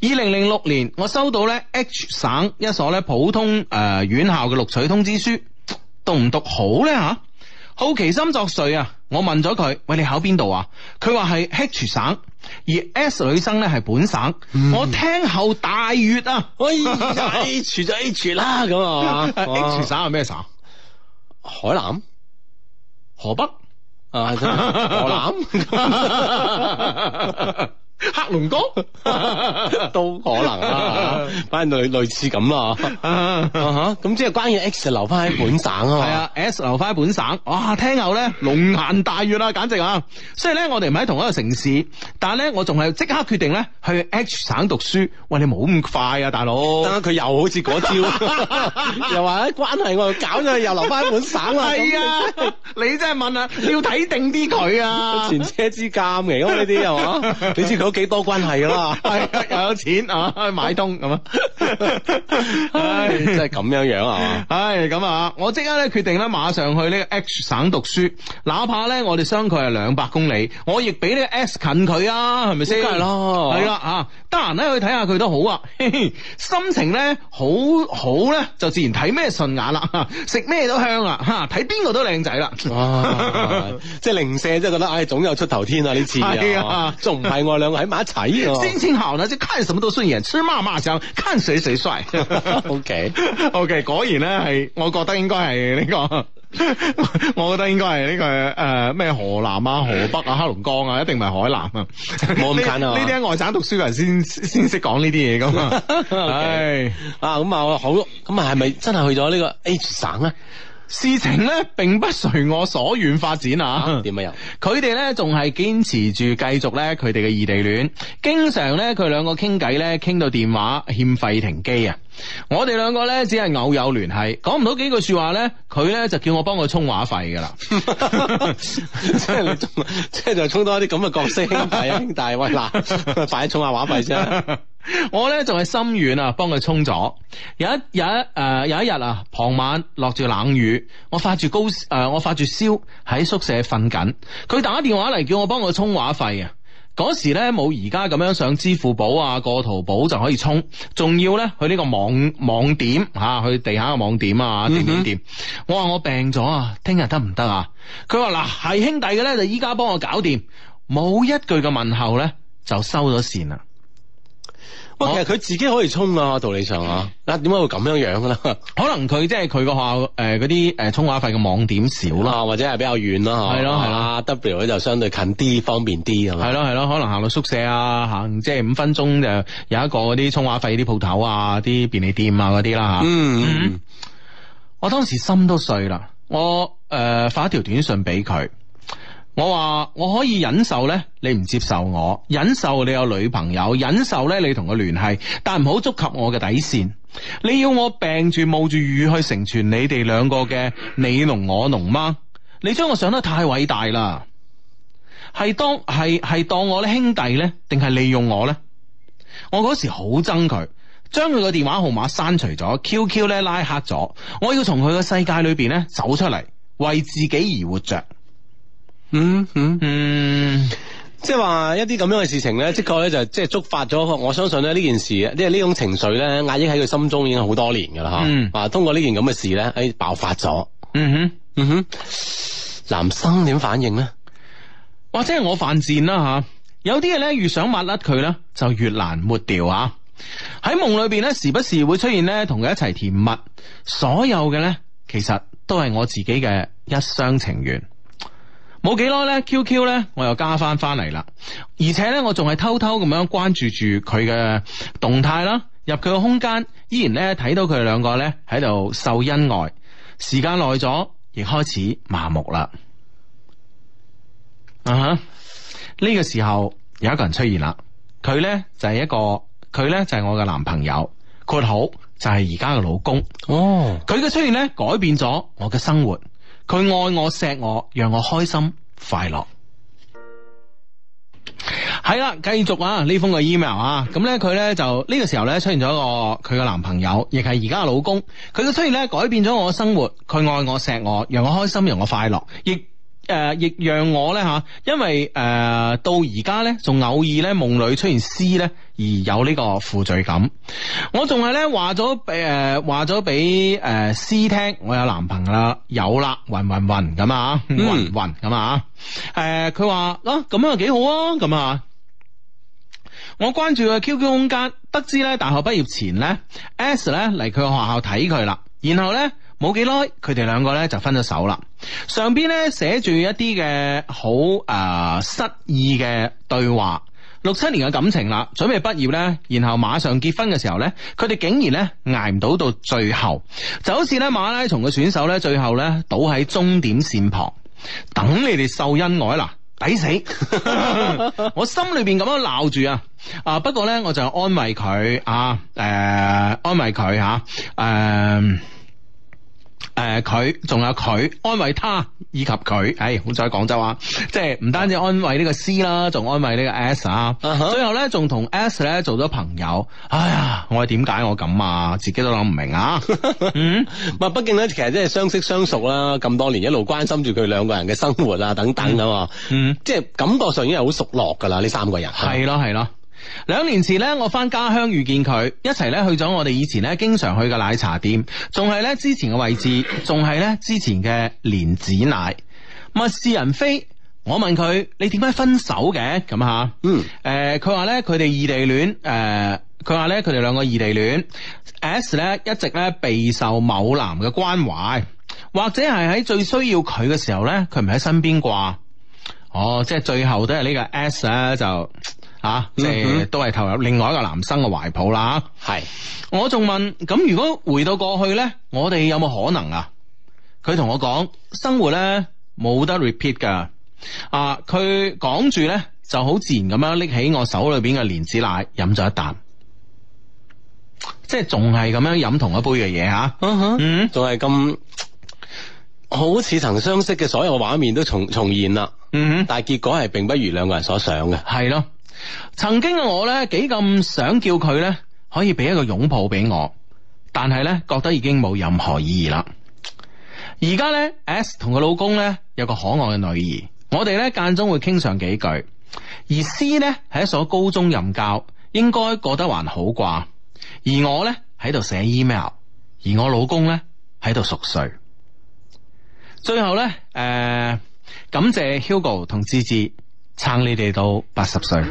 二零零六年，我收到咧 H 省一所咧普通誒、呃院校嘅錄取通知書，讀唔讀好咧嚇？好奇心作祟啊！我問咗佢，喂，你考邊度啊？佢話係 H 省，而 S 女生咧係本省。嗯我聽後大悦啊！喂，H [laughs] 就 H 哎啦，咁啊 H 省係咩省？海南河北、[laughs] 啊，真係河南。 [laughs] 黑龍江。 [laughs] 都可能啦，反正類類似咁啦，啊哈咁即係關鍵 X 留翻喺本省啊嘛，系啊，S 留翻本省，哇！聽後咧龍顏大悦啦，簡直啊！雖然咧我哋唔喺同一個城市，但係咧我仲係即刻決定咧去 H 省讀書。喂，你冇咁快啊，大佬！但係佢又好似嗰 [laughs] 招，又話咧哎關係我又搞咗佢，又留翻喺本省啦，係 [laughs] 啊，你真係問啊，你要睇定啲佢啊咁，！前車之鑑嚟咁呢啲係嘛？你知佢都幾多關係㗎啦。 [laughs] 係啊，又有錢啊，買通 [laughs] 咁啊！唉真係咁樣樣係嘛？唉，咁啊，我即刻咧決定咧，馬上去呢個 H 省讀書，哪怕咧我哋相距係兩百公里，我亦比呢個 S 近佢啊，係咪先？梗係啦係啦啊，得閒咧去睇下佢都好啊， [laughs] 嘿嘿心情咧好好咧，就自然睇咩順眼啦， [laughs] 食咩都香啦，吓睇邊個都靚仔啦。哇！即係零舍，即係覺得唉，總有出頭天啊！呢次係啊啊，仲唔係我兩個喺埋一齊啊心情好呢，就看什麼都順眼，吃嘛嘛香，看誰誰 [laughs] 帥。 ？O K， [laughs] O、k 果然咧係，我覺得應該係呢個。 [laughs] 我覺得應該係呢個誒咩河南啊、河北啊、黑龍江啊，一定唔係海南啊，冇咁近啊呢呢啲喺外省讀書嘅人先先識講呢啲嘢噶 [laughs] 嘛，唉。啊咁啊好，咁啊係咪真係去咗呢個 H 省啊咧？事情咧並不隨我所願發展啊！點啊又？佢哋咧仲係堅持住繼續咧佢哋嘅異地戀，經常咧佢兩個傾偈咧傾到電話欠費停機啊！我哋兩個咧只係偶有聯繫，講唔到幾句説話咧，佢咧就叫我幫佢充話費㗎啦。 [laughs] 即係你仲， [laughs] 即係就充多啲咁嘅角色兄弟啊兄弟，喂嗱， [laughs] 快啲充下話費 [laughs] 先。我咧仲係心軟啊，幫佢沖咗。有一有一誒、呃有一日啊，傍晚落住冷雨，我發住高誒、呃我發住燒喺宿舍瞓緊。佢打電話嚟叫我幫佢沖話費啊。嗰時咧冇而家咁樣上支付寶啊，過淘寶就可以充，仲要咧去呢個網網點嚇、啊去地下嘅網點啊，點點點。我話我病咗啊，聽日得唔得啊？佢話嗱係兄弟嘅咧，就依家幫我搞掂。冇一句嘅問候咧，就收咗線啦。喂，其實佢自己可以充啊，道理上啊，嗯嗱點解會咁樣樣嘅咧？可能佢即係佢個學校誒嗰啲誒充話費嘅網點少啦，啊，或者係比較遠啦，係咯係咯啦，W 咧就相對近啲，方便啲係嘛？係咯係咯，可能行到宿舍啊，行即係五分鐘就有一個嗰啲充話費啲鋪頭啊，啲便利店啊嗰啲啦嚇。嗯，我當時心都碎啦，我誒、呃、發一條短信俾佢，我話我可以忍受咧，你唔接受我，忍受你有女朋友，忍受咧你同佢聯繫，但唔好觸及我嘅底線。你要我病住冒住雨去成全你哋兩個嘅你侬我侬嗎？你將我想得太偉大啦！係當係係當我咧兄弟咧，定係利用我咧？我嗰時好憎佢，將佢個電話號碼刪除咗，QQ 咧拉黑咗。我要從佢個世界裏邊咧走出嚟，為自己而活着。嗯嗯，嗯，即係話一啲咁樣嘅事情咧，的確咧就即係觸發咗，我相信咧呢件事，即係呢種情緒咧壓抑喺佢心中已經好多年㗎啦吓。嗯啊，通過呢件咁嘅事咧，誒爆發咗。嗯哼，嗯哼，男生點反應咧？或者係我犯賤啦吓，有啲嘢咧越想抹甩佢咧，就越難抹掉啊！喺夢裏邊咧，時不時會出現咧同佢一齊甜蜜，所有嘅咧其實都係我自己嘅一廂情願。冇幾耐咧，QQ 咧我又加翻翻嚟啦，而且咧我仲係偷偷咁樣關注住佢嘅動態啦，入佢嘅空間，依然咧睇到佢哋兩個咧喺度秀恩愛。時間耐咗，亦開始麻木啦。啊哈！呢個時候有一個人出現啦，佢咧就係、一個佢咧就係、我嘅男朋友，括號就係而家嘅老公。哦，佢嘅出現咧改變咗我嘅生活，佢愛我錫我，讓我開心快樂。係啦，繼續啊呢封嘅 email 啊，咁咧佢咧就呢、個時候咧出現咗一個佢嘅男朋友，亦係而家嘅老公。佢嘅出現咧改變咗我嘅生活，佢愛我錫我，讓我開心，讓我快樂，亦诶，亦讓我咧吓，因為诶、呃到而家咧，仲偶爾咧夢裏出現詩咧，而有呢個負罪感。我仲係咧話咗俾诶話咗俾诶詩聽，我有男朋友啦，有啦，云云云咁啊，云云咁啊，诶佢話啊咁啊幾好啊，咁啊。我關注佢 QQ 空間，得知咧大學畢業前咧，S 咧嚟佢學校睇佢啦，然後咧冇幾耐，佢哋兩個咧就分咗手啦。上邊咧寫住一啲嘅好誒失意嘅對話。六七年嘅感情啦，準備畢業咧，然後馬上結婚嘅時候咧，佢哋竟然咧捱唔到到最後，就好似咧馬拉松嘅選手咧，最後咧倒喺終點線旁，等你哋秀恩愛啦。抵死！ [laughs] 我心裏边咁樣鬧住啊！啊，不過咧，我就安慰佢啊，诶、安慰佢吓，诶、诶，佢仲、有佢安慰他以及佢，唉，好在廣州啊，即係唔單止安慰呢個 C 啦，仲安慰呢個 S 啊最後咧仲同 S 咧做咗朋友。哎呀，我點解我咁啊？自己都諗唔明啊！嗯，唔係，畢竟咧，其實即係相識相熟啦，咁多年一路關心住佢兩個人嘅生活啊，等等啊嘛，嗯，即係感覺上已經係好熟絡噶啦，呢三個人啊係咯係咯。兩年前咧，我翻家鄉遇見佢，一齊咧去咗我哋以前咧經常去嘅奶茶店，仲係咧之前嘅位置，仲係咧之前嘅蓮子奶。物是人非，我問佢你點解分手嘅咁吓？嗯，诶、佢話咧佢哋異地戀，诶、佢話咧佢哋兩個異地戀 s 咧一直咧備受某男嘅關懷，或者係喺最需要佢嘅時候咧，佢唔喺身邊啩。哦，即係最後都係呢個 S 咧就啊，即嗯係哼都係投入另外一個男生嘅懷抱啦。係我仲問咁，如果回到過去呢，我哋有冇可能啊？佢同我講，生活呢冇得 repeat 噶。啊，佢講住呢就好自然咁樣拎起我手裏邊嘅蓮子奶，飲咗一啖，即係仲係咁樣飲同一杯嘅嘢吓。嗯仲係咁。好似曾相識嘅所有畫面都重重現啦，嗯哼。但係結果係並不如兩個人所想嘅。系咯，曾經嘅我咧幾咁想叫佢咧可以俾一個擁抱俾我，但係咧覺得已經冇任何意義啦。而家咧 S 同佢老公咧有個可愛嘅女兒，我哋咧間中會傾上幾句。而 C 咧係一所高中任教，應該過得還好啩。而我咧喺度寫 email，而我老公咧喺度熟睡。最後咧，誒、感謝 Hugo 同芝芝撐你哋到八十歲，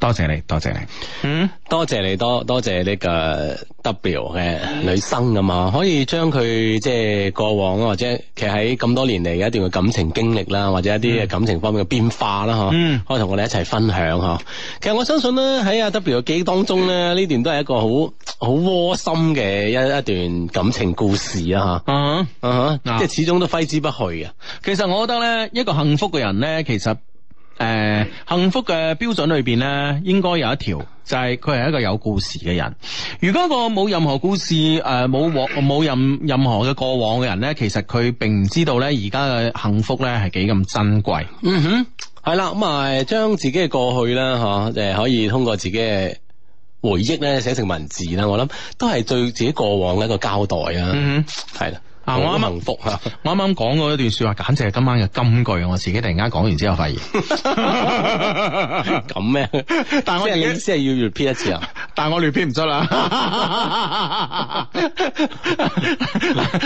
多謝你，多謝你。嗯，多謝你，多多謝呢個 W 嘅女生啊嘛，可以將佢即係過往啊或者其實喺咁多年嚟嘅一段嘅感情經歷啦，或者一啲嘅感情方面嘅變化啦，嗬、嗯可以同我哋一齊分享嗬。其實我相信咧喺阿 W 嘅記憶當中嗯咧，呢段都係一個好好窩心嘅一一段感情故事啊啊、吓，啊啊哈，即係始終都揮之不去啊嘅。其實我覺得咧，一個幸福嘅人咧，其實誒、呃幸福嘅標準裏邊咧，應該有一條就係佢係一個有故事嘅人。如果一個冇任何故事誒冇往冇任任何嘅過往嘅人咧，其實佢並唔知道咧而家嘅幸福咧係幾咁珍貴。嗯哼，系啦，咁啊，将自己嘅過去啦，吓，诶，可以通過自己嘅回憶咧，寫成文字啦，我諗都係對自己過往嘅一個交代啊，嗯哼。係啦，啊我好啱啱幸福啊，我啱啱講嗰一段说話，簡直係今晚嘅金句。我自己突然間講完之後發現， [laughs] 咁咩？但係我即係你而意家思係要 repeat 一次啊？但係我亂編唔出啦。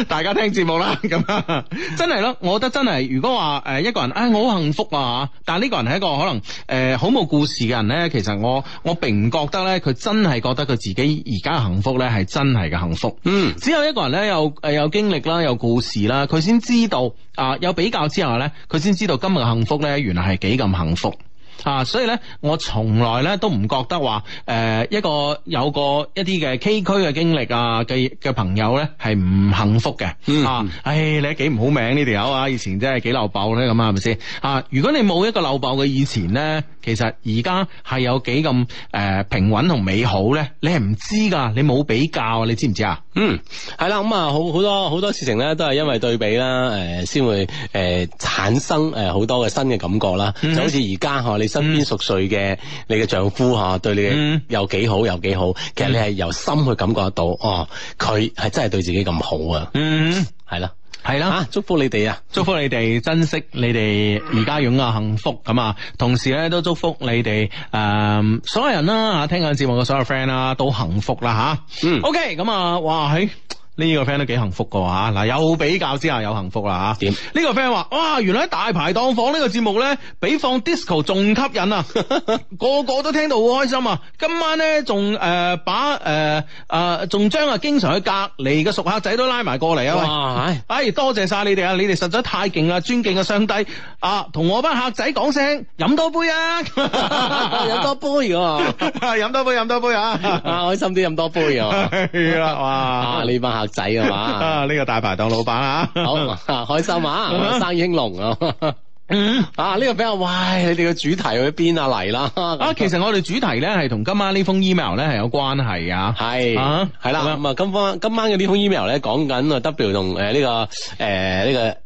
大家聽節目啦，咁啊真係咯。我覺得真係，如果話诶一個人，唉、我好幸福啊，但係呢個人係一個可能诶好冇故事嘅人咧，其實我我並唔覺得咧，佢真係覺得佢自己而家幸福咧係真係嘅幸福。嗯，只有一個人咧有誒有經歷啦，有故事啦，佢先知道啊，有比較之下咧，佢先知道今日嘅幸福咧，原來係幾咁幸福。啊，所以咧，我從來咧都唔覺得話，誒、一個有個一啲嘅崎嶇嘅經歷啊嘅嘅朋友咧係唔幸福嘅，嗯啊，唉，你幾唔好命呢條友啊，以前真係幾漏爆咧咁啊，係咪先？啊，如果你冇一個漏爆嘅以前咧，其實而家係有幾咁誒平穩同美好咧，你係唔知㗎，你冇比較啊，你知唔知啊？嗯，係啦，咁啊，好好多好多事情咧，都係因為對比啦，诶、先會诶、產生诶好、多嘅新嘅感覺啦。就好似而家嗬，你身邊熟睡嘅你嘅丈夫嗬，對你嘅嗯有幾好有幾好，其實你係由心去感覺得到，哦，佢係真係對自己咁好啊，嗯，係啦，係啦啊祝福你哋啊！ [laughs] 祝福你哋珍惜你哋而家擁有幸福咁啊！同時咧都祝福你哋誒、嗯所有人啦嚇，聽緊節目嘅所有 friend 啦都幸福啦吓，嗯 OK，咁啊，哇喺呢、個 friend 都幾幸福噶嚇，嗱、有比較之下有幸福啦嚇。點呢個 friend 話：哇，原來喺大排檔放呢個節目咧，比放 disco 仲吸引啊！ [laughs] 個個都聽到好開心啊！今晚咧仲誒把誒誒仲將啊經常去隔離嘅熟客仔都拉埋過嚟啊！喂哇，唉哎，多謝晒你哋啊！你哋實在太勁啦，尊敬嘅上帝啊！同我班客仔講聲，飲多杯啊！ [laughs] [laughs] 飲飲多杯㗎喎， [laughs] 飲多杯，飲多杯啊！ [laughs] 啊，開心啲飲多杯啊！係啦，啊，哇！你班客仔啊嘛，啊 [laughs] ，呢個大排檔老闆啊！好啊開心啊，生意興隆啊！ [laughs] 嗯啊，呢個比較，喂，你哋嘅主題去邊啊嚟啦？啊，其實我哋主題咧係同今晚呢封 email 咧係有關係噶。係啊係咁啦，樣咁啊，今晚今晚嘅呢封 email 咧，講緊啊 W 同誒呢個誒呢個。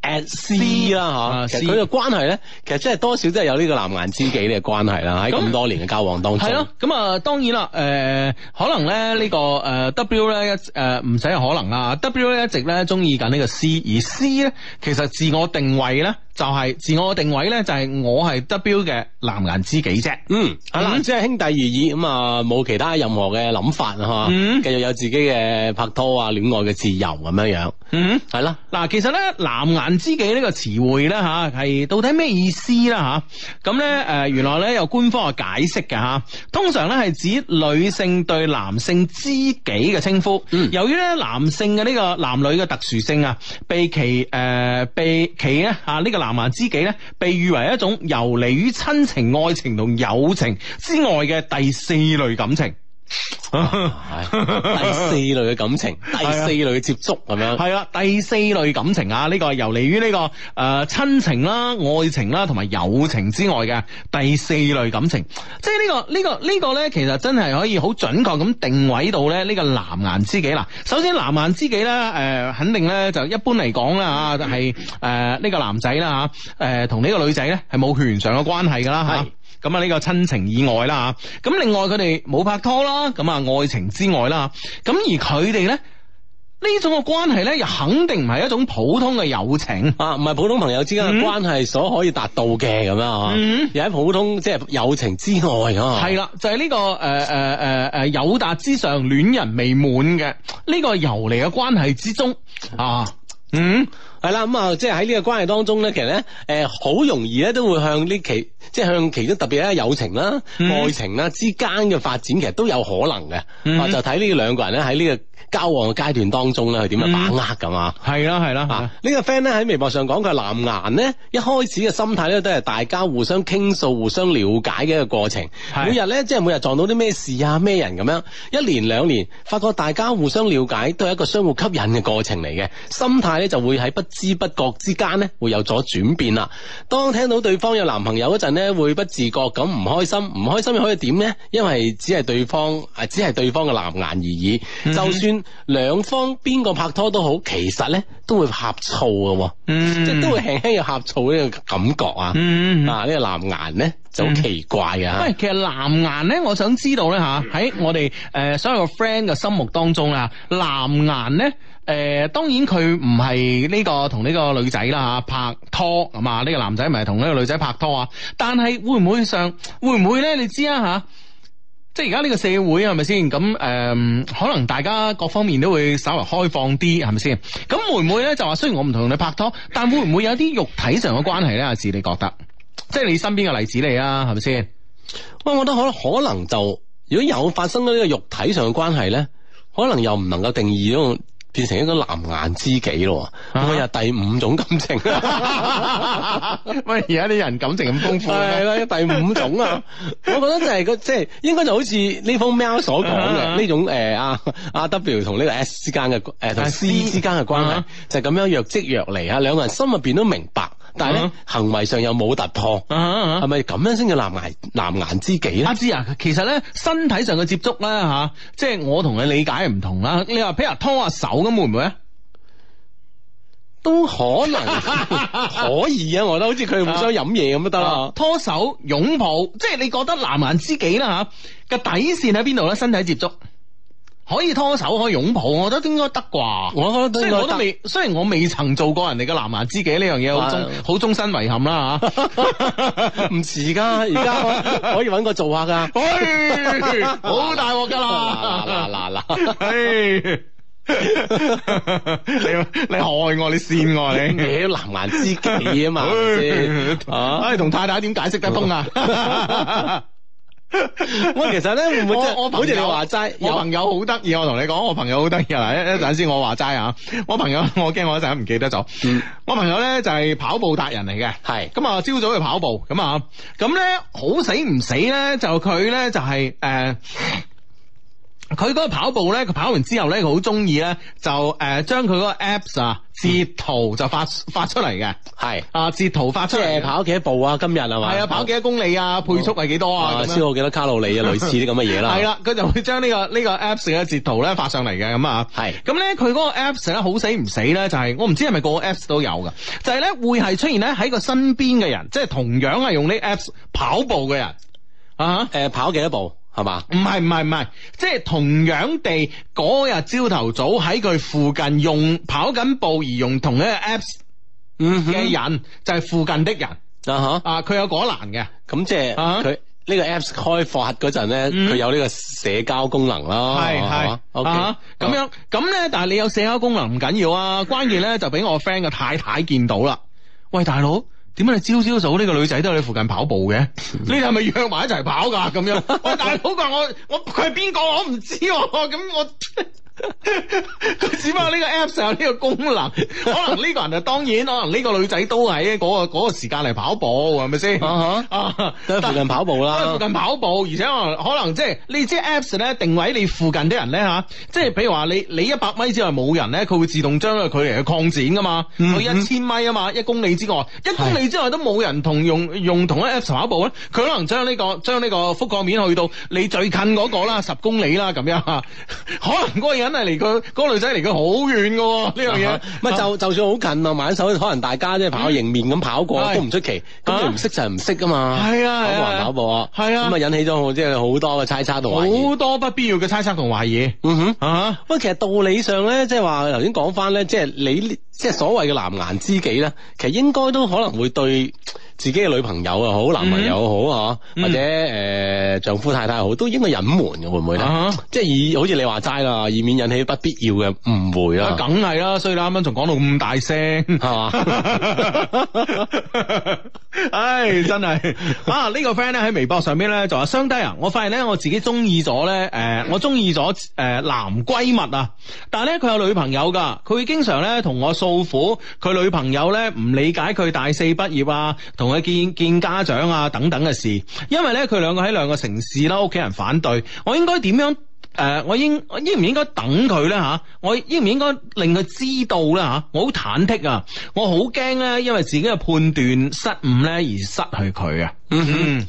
at C 啦啊嚇，其 C 實佢嘅關係咧，其實真係多少都係有呢個藍顏知己嘅關係啦，喺咁咁多年嘅交往當中。係咯，咁啊，當然啦，誒、可能咧呢、呢個誒、W 咧一誒唔使可能啦，W 咧一直咧中意緊呢個 C，而 C 咧其實自我定位咧就係、自我定位咧就係我係 W 嘅藍顏知己啫。嗯，係啦，嗯即係兄弟如意咁啊，冇其他任何嘅諗法啊，嚇嗯繼續有自己嘅拍拖啊、戀愛嘅自由咁樣樣，嗯。[laughs] 係啦，嗱，其實咧藍顏知己呢個詞彙咧吓，係到底咩意思啦吓？咁咧誒，原來咧有官方嘅解釋嘅吓，通常咧係指女性對男性知己嘅稱呼。嗯由於咧男性嘅呢個男女嘅特殊性啊，被其誒、呃被其咧啊呢個藍顏知己咧，被譽為一種游離於親情、愛情同友情之外嘅第四類感情。唉第四類嘅感情，第四類嘅接觸咁樣，系啦，第四類感情啊，呢、個係游離於呢個诶亲、親情啦、愛情啦同埋友情之外嘅第四類感情，即係呢、個呢、個呢、個咧，其實真係可以好準確咁定位到咧呢個藍顏知己啦。首先藍顏知己咧，诶、肯定咧就一般嚟講啦吓，係诶呢個男仔啦吓，诶同呢個女仔咧係冇血緣上嘅關係噶啦吓。係咁啊呢個親情以外啦吓，咁另外佢哋冇拍拖啦，咁啊愛情之外啦，咁而佢哋咧呢種嘅關係咧，又肯定唔係一種普通嘅友情。啊，唔係普通朋友之間嘅關係所可以達到嘅咁樣啊，嗯又喺普通即係友情之外啊，係啦，就係、呢、個呃誒誒誒誒友達之上戀人未滿嘅呢個游離嘅關係之中啊，嗯，係啦，咁啊，即係喺呢個關係當中咧，其實咧，诶，好容易咧都會向呢其，即係向其中特別咧友情啦、嗯愛情啦之間嘅發展，其實都有可能嘅，嗯啊，就睇呢兩個人咧喺呢個交往嘅階段當中咧，佢嗯點樣把握咁啊。係啦係啦啊！呢個 friend 咧喺微博上講佢藍顏咧，一開始嘅心態咧都係大家互相傾訴、互相了解嘅一個過程。係每日咧即係每日撞到啲咩事啊、咩人咁樣，一年兩年，發覺大家互相了解都係一個相互吸引嘅過程嚟嘅，心態咧就會喺不知不覺之間咧會有咗轉變啦。當聽到對方有男朋友嗰陣咧，會不自覺咁唔開心，唔開心又可以點呢？因為只係對方啊，只係對方嘅藍顏而已。嗯就算兩方邊個拍拖都好，其實咧都會呷醋嘅喎，嗯，即係都會輕輕有呷醋呢個感覺啊。嗯。嗯啊，呢個藍顏咧就好奇怪啊。喂，其實藍顏咧，我想知道咧吓，喺我哋誒、呃所有嘅 friend 嘅心目當中啦，藍顏咧。誒、當然佢唔係呢個同呢個女仔啦嚇拍拖咁啊，呢、個男仔唔係同呢個女仔拍拖啊，但係會唔會上會唔會咧？你知啊嚇。即係而家呢個社會啊係咪先？咁誒、呃可能大家各方面都會稍為開放啲，係咪先？咁會唔會咧就話雖然我唔同你拍拖，但會唔會有啲肉體上嘅關係咧？阿志，你覺得？即係你身邊嘅例子嚟啊，係咪先？喂，我覺得可可能就如果有發生咗呢個肉體上嘅關係咧，可能又唔能夠定義咗變成一個藍顏知己咯喎，啊會唔會有第五種 [laughs] 感情？喂，而家啲人感情咁豐富係嘅啦，第五種啊，我覺得就係個即係應該就好似呢封 mail 所講啊嘅呢種誒阿阿 W 同呢個 S 之間嘅誒同啊 C C 之間嘅關係啊就係咁樣若即若離啊，兩個人心入邊都明白，但係咧啊行為上又冇突破，啊啊係咪咁樣先叫藍顏藍顏知己咧阿？芝啊，其實咧身體上嘅接觸咧吓、即係我同你理解唔同啦。你話譬如話拖下手咁會唔會啊？都可 [laughs] 能可以啊！我覺得好似佢互相飲嘢咁都得啦。拖手、擁抱，即係你覺得藍顏知己啦吓嘅底線喺邊度咧？身體接觸可以拖手，可以擁抱，我覺得應該得啩。我覺得雖然應該我都得未，雖然我未曾做過人哋嘅藍牙知己呢樣嘢，好終係好終身遺憾啦吓。 [laughs] 唔遲噶，而 [laughs] 家可以揾個做下噶。喂，哎好大鑊㗎嗱 [laughs] 啦！嗱 [laughs] 嗱 [laughs] 嗱，唉，哎你你害我，你扇我 [laughs] 你。哎你都藍顏知己啊嘛，係咪先啊唉，同太太點解釋得通 [laughs] 啊？我其實咧會唔會即係我我朋友好似你話齋我有朋友好得意，我同你講，我朋友好得意啊！嗯嗱一一陣先，我話齋啊，我朋友我驚我一陣唔記得咗。嗯我朋友咧就係、跑步達人嚟嘅，係咁啊，朝早去跑步，咁啊，咁咧好死唔死咧，就佢咧就係、誒。佢嗰個跑步咧，佢跑完之後咧，佢好中意咧，就誒將佢嗰個 apps 啊截圖就發 [laughs] 發出嚟嘅，係啊截圖發出即嚟嘅，係跑幾多步啊？今日係嘛？係啊跑幾多公里啊，配速係幾多啊啊，咁樣消耗幾多卡路里啊？類似啲咁嘅嘢啦。系，啦，佢就會將呢、個呢、個 apps 嘅截圖咧發上嚟嘅咁啊。係咁咧，佢嗰個 apps 咧好死唔死咧，就係、我唔知係咪個個 apps 都有噶，就係、咧會係出現咧喺個身邊嘅人，即係同樣係用呢 apps 跑步嘅人啊。誒跑幾多步係嘛？唔係唔係唔係，即係同樣地嗰日朝頭早喺佢附近用跑緊步而用同一個 apps 嗯嘅人，就係附近的人啊啊，佢有嗰欄嘅。吓，咁即係啊佢呢個 apps 開發嗰陣咧，嗯佢有呢個社交功能啦。係係哦，OK，啊咁樣咁咧，但係你有社交功能唔緊要啊，關鍵咧就俾我 friend 嘅太太見到啦。喂，大佬。點解你朝朝早呢個女仔都喺你附近跑步 [laughs] 嘅？你哋係咪約埋一齊跑㗎？咁樣，喂大佬話我我佢係邊個我唔知喎，咁我 [laughs] 佢只不過呢個 apps 有呢個功能，可能呢個人就當然，可能呢個女仔都喺嗰、個嗰、個時間嚟跑步，係咪先？啊啊都喺附近跑步都喺啦附。近跑步，而且可能可能即係呢啲 apps 咧定位你附近啲人咧吓，即係譬如話你你一百米之外冇人咧，佢會自動將個距離去擴展噶嘛，嗯佢一千米啊嘛，一公里之外，一公里之外都冇人同用用同一 apps 跑步咧，啊佢可能將呢、個將呢個覆蓋面去到你最近嗰個啦，十公里啦咁樣 [laughs] 吓，可能嗰個人係離佢嗰個女仔離佢好遠噶喎呢唔樣嘢，係就就算好近啊，挽手可能大家即係跑迎面咁跑過係都唔出奇。啊咁你唔識就係唔識噶嘛。係啊係啊跑步還跑步啊。係啊咁啊引起咗我即係好多嘅猜測同懷疑。好多不必要嘅猜測同懷疑嗯哼。啊！不過其實道理上咧，即係話頭先講翻咧，即係你呢即係所謂嘅藍顏知己咧，其實應該都可能會對自己嘅女朋友又好、男朋友又好啊，嗯或者誒、呃丈夫太太又好，都應該隱瞞嘅，會唔會咧？啊即係以好似你話齋啦，以免引起不必要嘅誤會啊啦，梗係啦，所以你啱啱仲講到咁大聲，係 [laughs] 嘛？唉，真係啊！呢、個 friend 咧喺微博上邊咧就話：雙低啊，我發現咧我自己中意咗咧，誒、我中意咗誒男閨蜜啊，但係咧佢有女朋友㗎，佢會經常咧同我訴苦，佢女朋友咧唔理解佢大四畢業啊，同佢見見家長啊等等嘅事，因為咧佢兩個喺兩個城市啦，屋企人反對，我應該點樣？誒、呃我應我應唔應該等佢咧嚇？我應唔應該令佢知道咧嚇？我好忐忑啊！我好驚咧，因為自己嘅判斷失誤咧而失去佢啊！嗯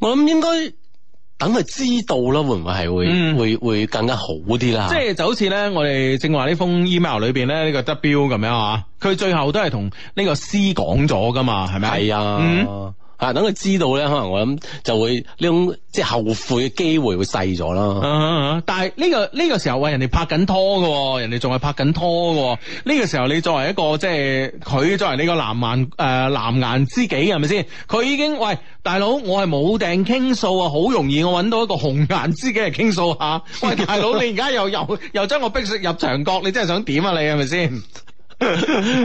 我諗應該等佢知道啦，會唔會係會、嗯會會更加好啲啦？ [laughs] 即係就好似咧，我哋正話呢封 email 裏邊咧呢個 W 咁樣啊，佢最後都係同呢個 C 講咗噶嘛，係咪？係啊。嗯啊！等佢知道咧，可能我諗就會呢種即係後悔嘅機會會細咗啦。啊啊啊但係呢、個呢、個時候喂，人哋拍緊拖嘅喎，人哋仲係拍緊拖嘅喎。呢、個時候你作為一個即係佢作為你個藍顏誒、呃、藍顏知己係咪先？佢已經喂大佬，我係冇定傾訴啊，好容易我揾到一個紅顏知己嚟傾訴下。喂大佬，你而家又又又將我逼入牆角，你真係想點啊你係咪先？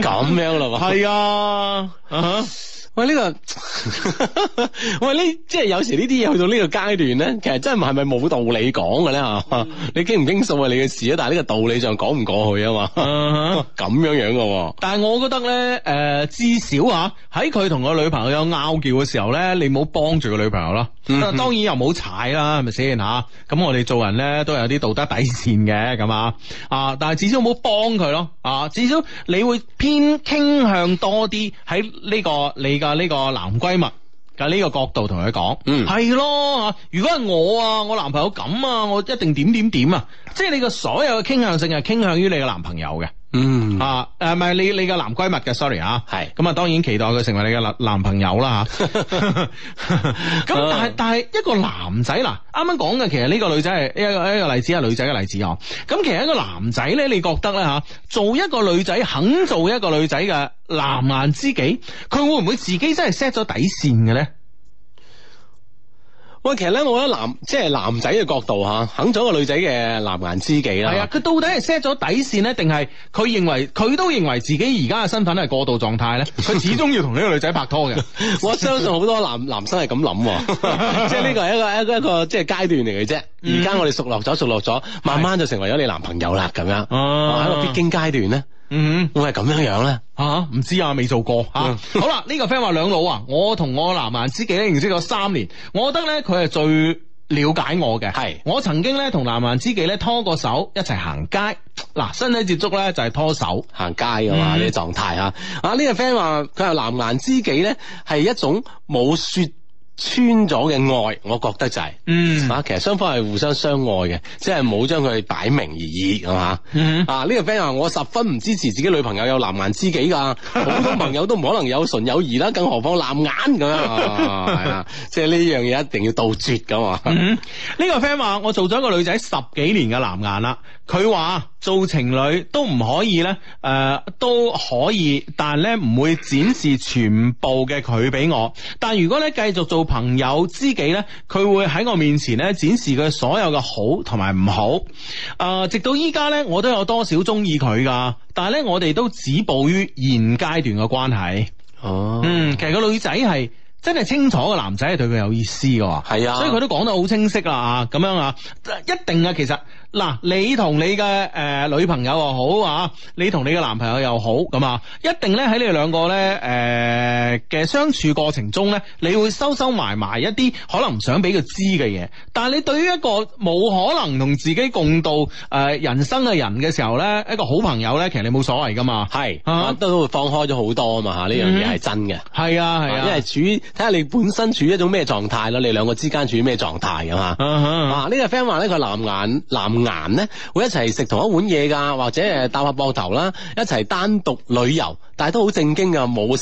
[laughs] 咁樣咯喎，係啊，啊哈喂呢、個， [laughs] 喂呢即係有時呢啲嘢去到呢個階段咧，其實真係係咪冇道理講嘅咧嗯嚇？你經唔經數係你嘅事啊，但係呢個道理上講唔過去啊嘛， [laughs] 啊哈咁樣樣嘅喎。但係我覺得咧，誒、至少啊，喺佢同個女朋友拗撬嘅時候咧，你冇幫住個女朋友啦。嗯當然又冇踩啦，係咪先吓？咁我哋做人咧都有啲道德底線嘅咁啊啊！但係至少唔好幫佢咯啊！至少你會偏傾向多啲喺呢個你嘅呢個男閨蜜。嘅呢個角度同佢講，嗯係咯嚇如果係我啊，我男朋友咁啊，我一定點點點啊，即係你嘅所有嘅傾向性係傾向於你嘅男朋友嘅，嗯，啊，誒唔係你你嘅男閨蜜嘅，sorry 啊，係咁啊，當然期待佢成為你嘅男男朋友 [laughs] 啦嚇。咁但係但係一個男仔嗱，啱啱講嘅其實呢個女仔係一個一個例子係女仔嘅例子哦。咁其實一個男仔咧，你覺得咧嚇，做一個女仔肯做一個女仔嘅藍顏知己，佢會唔會自己真係 set 咗底線嘅咧？喂，其實咧，我覺得男即係男仔嘅角度吓，肯做一個女仔嘅藍顏知己啦。係啊，佢到底係 set 咗底線咧，定係佢認為佢都認為自己而家嘅身份係過渡狀態咧？佢始終要同呢個女仔拍拖 [laughs] 嘅。 [laughs] 我相信好多男男生係咁 [laughs] 諗喎，即係呢個係一個一個一個即係階段嚟嘅啫。嗯而家我哋熟落咗，熟落咗，慢慢就成為咗你男朋友啦，咁樣啊啊一個必經階段咧，嗯。會係咁樣樣咧。啊，唔知啊，未做過吓。嗯好啦，呢、個 friend 話兩老啊，我同我男顏知己咧認識咗三年，我覺得咧佢係最。了解我嘅係我曾經咧同男顏知己咧拖過手，一齊行街。嗱，身體接觸咧就係拖手，行街㗎嘛嗯呢啲狀態啊！啊呢、個 friend 話佢係藍顏知己咧，係一種冇説穿咗嘅愛，我覺得就係、嗯啊，其實雙方係互相相愛嘅，即係冇將佢擺明而已，係嘛？嗯啊呢、個 friend 話我十分唔支持自己女朋友有藍顏知己㗎，普通朋友都唔可能有純友誼啦，更何況藍顏咁 [laughs] 樣啊，係啊，即係呢樣嘢一定要杜絕㗎嘛。嗯，呢個 friend 話我做咗一個女仔十幾年嘅藍顏啦，佢話做情侶都唔可以咧，誒、都可以，但咧唔會展示全部嘅佢俾我。但如果咧繼續做朋友知己咧，佢會喺我面前咧展示佢所有嘅好同埋唔好。誒、直到依家咧，我都有多少中意佢噶，但係咧我哋都止步於現階段嘅關係。哦嗯，其實個女仔係真係清楚個男仔係對佢有意思嘅喎，係啊所以佢都講得好清晰啦啊，咁樣啊，一定啊，其實嗱，你同你嘅誒、呃女朋友又好啊，你同你嘅男朋友又好咁啊，一定咧喺你哋兩個咧誒嘅相處過程中咧，你會收收埋埋一啲可能唔想俾佢知嘅嘢，但係你對於一個冇可能同自己共度誒、呃人生嘅人嘅時候咧，一個好朋友咧，其實你冇所謂噶嘛，係啊啊，都會放開咗好多啊嘛嚇，呢樣嘢係真嘅。係啊係啊，因為處於睇下你本身處於一種咩狀態咯，你兩個之間處於咩狀態咁啊嘛。哈啊！呢個 friend 話咧，佢藍顏藍顏咧會一齊食同一碗嘢㗎，或者誒搭下膊頭啦，一齊單獨旅遊，但係都好正經㗎，冇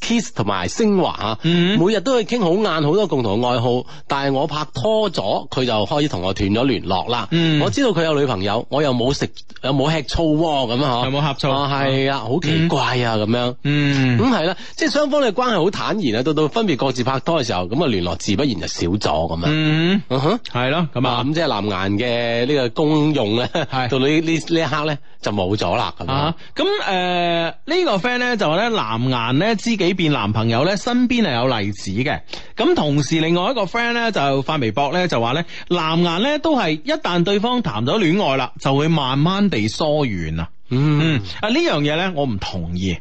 kiss 同埋升華啊！嗯每日都會傾好晏，好多共同嘅愛好，但係我拍拖咗，佢就開始同我斷咗聯絡啦。嗯我知道佢有女朋友，我又冇食又冇吃醋喎咁啊！嗬有冇呷醋啊係啊，好奇怪啊咁樣。嗯咁係啦，即係雙方嘅關係好坦然啊，到到分別各自拍拖嘅時候，咁啊聯絡自不然就少咗咁樣。嗯，嗯哼，系咯，咁咁啊啊，，咁即係藍顏嘅呢個功用咧，係 [laughs] 到你呢呢一刻咧就冇咗啦咁樣啊。，咁诶呢個 friend 咧就話咧藍顏咧知己變男朋友咧，身邊係有例子嘅。咁同時另外一個 friend 咧就發微博咧就話咧藍顏咧都係一旦對方談咗戀愛啦，就會慢慢地疏遠啊。嗯，嗯，啊呢樣嘢咧我唔同意。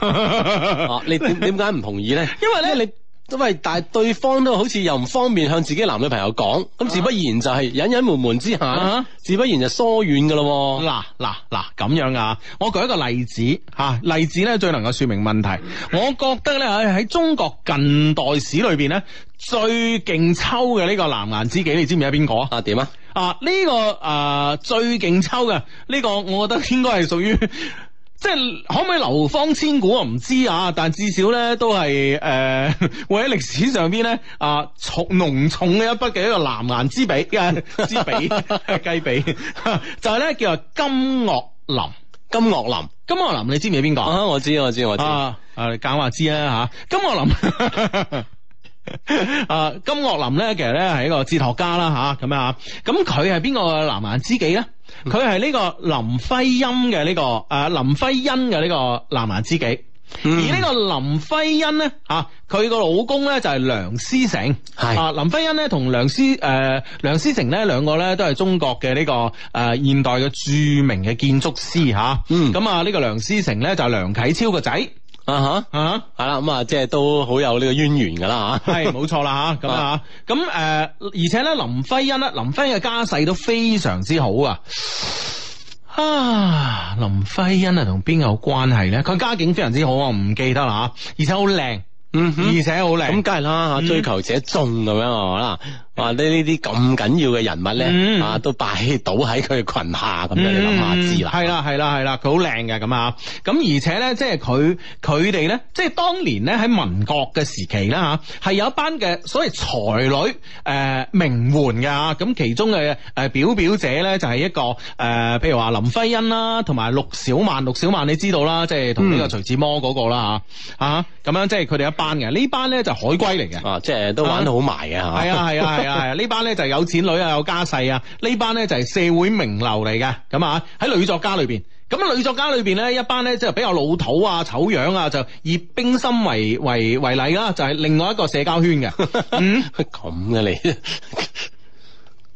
啊，你點點解唔同意咧？ [laughs] 因為呢你。因為但係對方都好似又唔方便向自己男女朋友講，咁自不然就係隱隱瞞瞞之啊嗯下，自不然就疏遠噶咯喎。嗱嗱嗱咁樣啊！我舉一個例子嚇、例子咧最能夠説明問題。我覺得咧喺喺中國近代史裏邊咧，最勁抽嘅呢個藍顏知己，你知唔知係邊個啊？啊點啊？啊！呢、個啊、最勁抽嘅呢、個，我覺得應該係屬於 [laughs] 即係可唔可以流芳千古我唔知啊，但至少咧都係誒、呃會喺歷史上邊咧啊重濃重嘅一筆嘅一個藍顏之比嘅之比雞比， [laughs] 就係咧叫做金岳霖。金岳霖金岳霖你知唔知邊個啊？啊！我知我知我知。啊，啊，你講話知啦吓，金岳霖。 [laughs] 啊，金岳霖咧，其實咧係一個哲學家啦吓，咁啊，咁佢係邊個嘅藍顏知己咧？佢係呢個林徽因嘅呢、個誒、啊林徽因嘅呢個藍顏知己，嗯而呢個林徽因咧嚇，啊佢、個老公咧就係、梁思成，係啊林徽因咧同梁思誒、呃梁思成咧兩個咧都係中國嘅呢、個誒、呃、現代嘅著名嘅建築師嚇，啊嗯咁啊呢個梁思成咧就係、梁啟超個仔啊哈。啊。系啦，咁啊，即係都好有呢個淵源噶啦啊 [laughs] 吓。系冇錯啦吓，咁啊，咁誒、呃而且咧，林徽因咧，林徽因嘅家世都非常之好啊。啊，林徽因啊，同邊個有關係咧？佢家境非常之好，啊我唔記得啦吓，而且好靚，嗯而且好靚咁。梗係啦嗯吓，追求者眾咁樣係嘛啦。啊呢呢啲咁緊要嘅人物嗯咧，啊都拜倒喺佢嘅裙下咁樣，你諗下知啦。系啦嗯係啦係啦，佢好靚嘅咁啊，咁而且咧，即係佢佢哋咧，即係當年咧喺民國嘅時期啦吓，係有一班嘅所謂才女诶名媛噶，咁其中嘅诶表表姐咧就係一個诶、呃譬如話林徽因啦，同埋陸小曼，陸小曼你知道啦，即係同呢個徐嗯志摩嗰個啦吓啊，咁樣即係佢哋一班嘅，呢班咧就海歸嚟嘅。啊，即係都玩得好埋嘅吓。系啊系啊系啊系啊！呢班咧就係有錢女啊，有家世啊，呢班咧就係社會名流嚟嘅，咁啊喺女作家裏边。咁啊女作家裏边咧，一班咧即係比較老土啊、醜樣啊，就以冰心為為為例啦，就係另外一個社交圈嘅。嗯， [laughs] 咁嘅你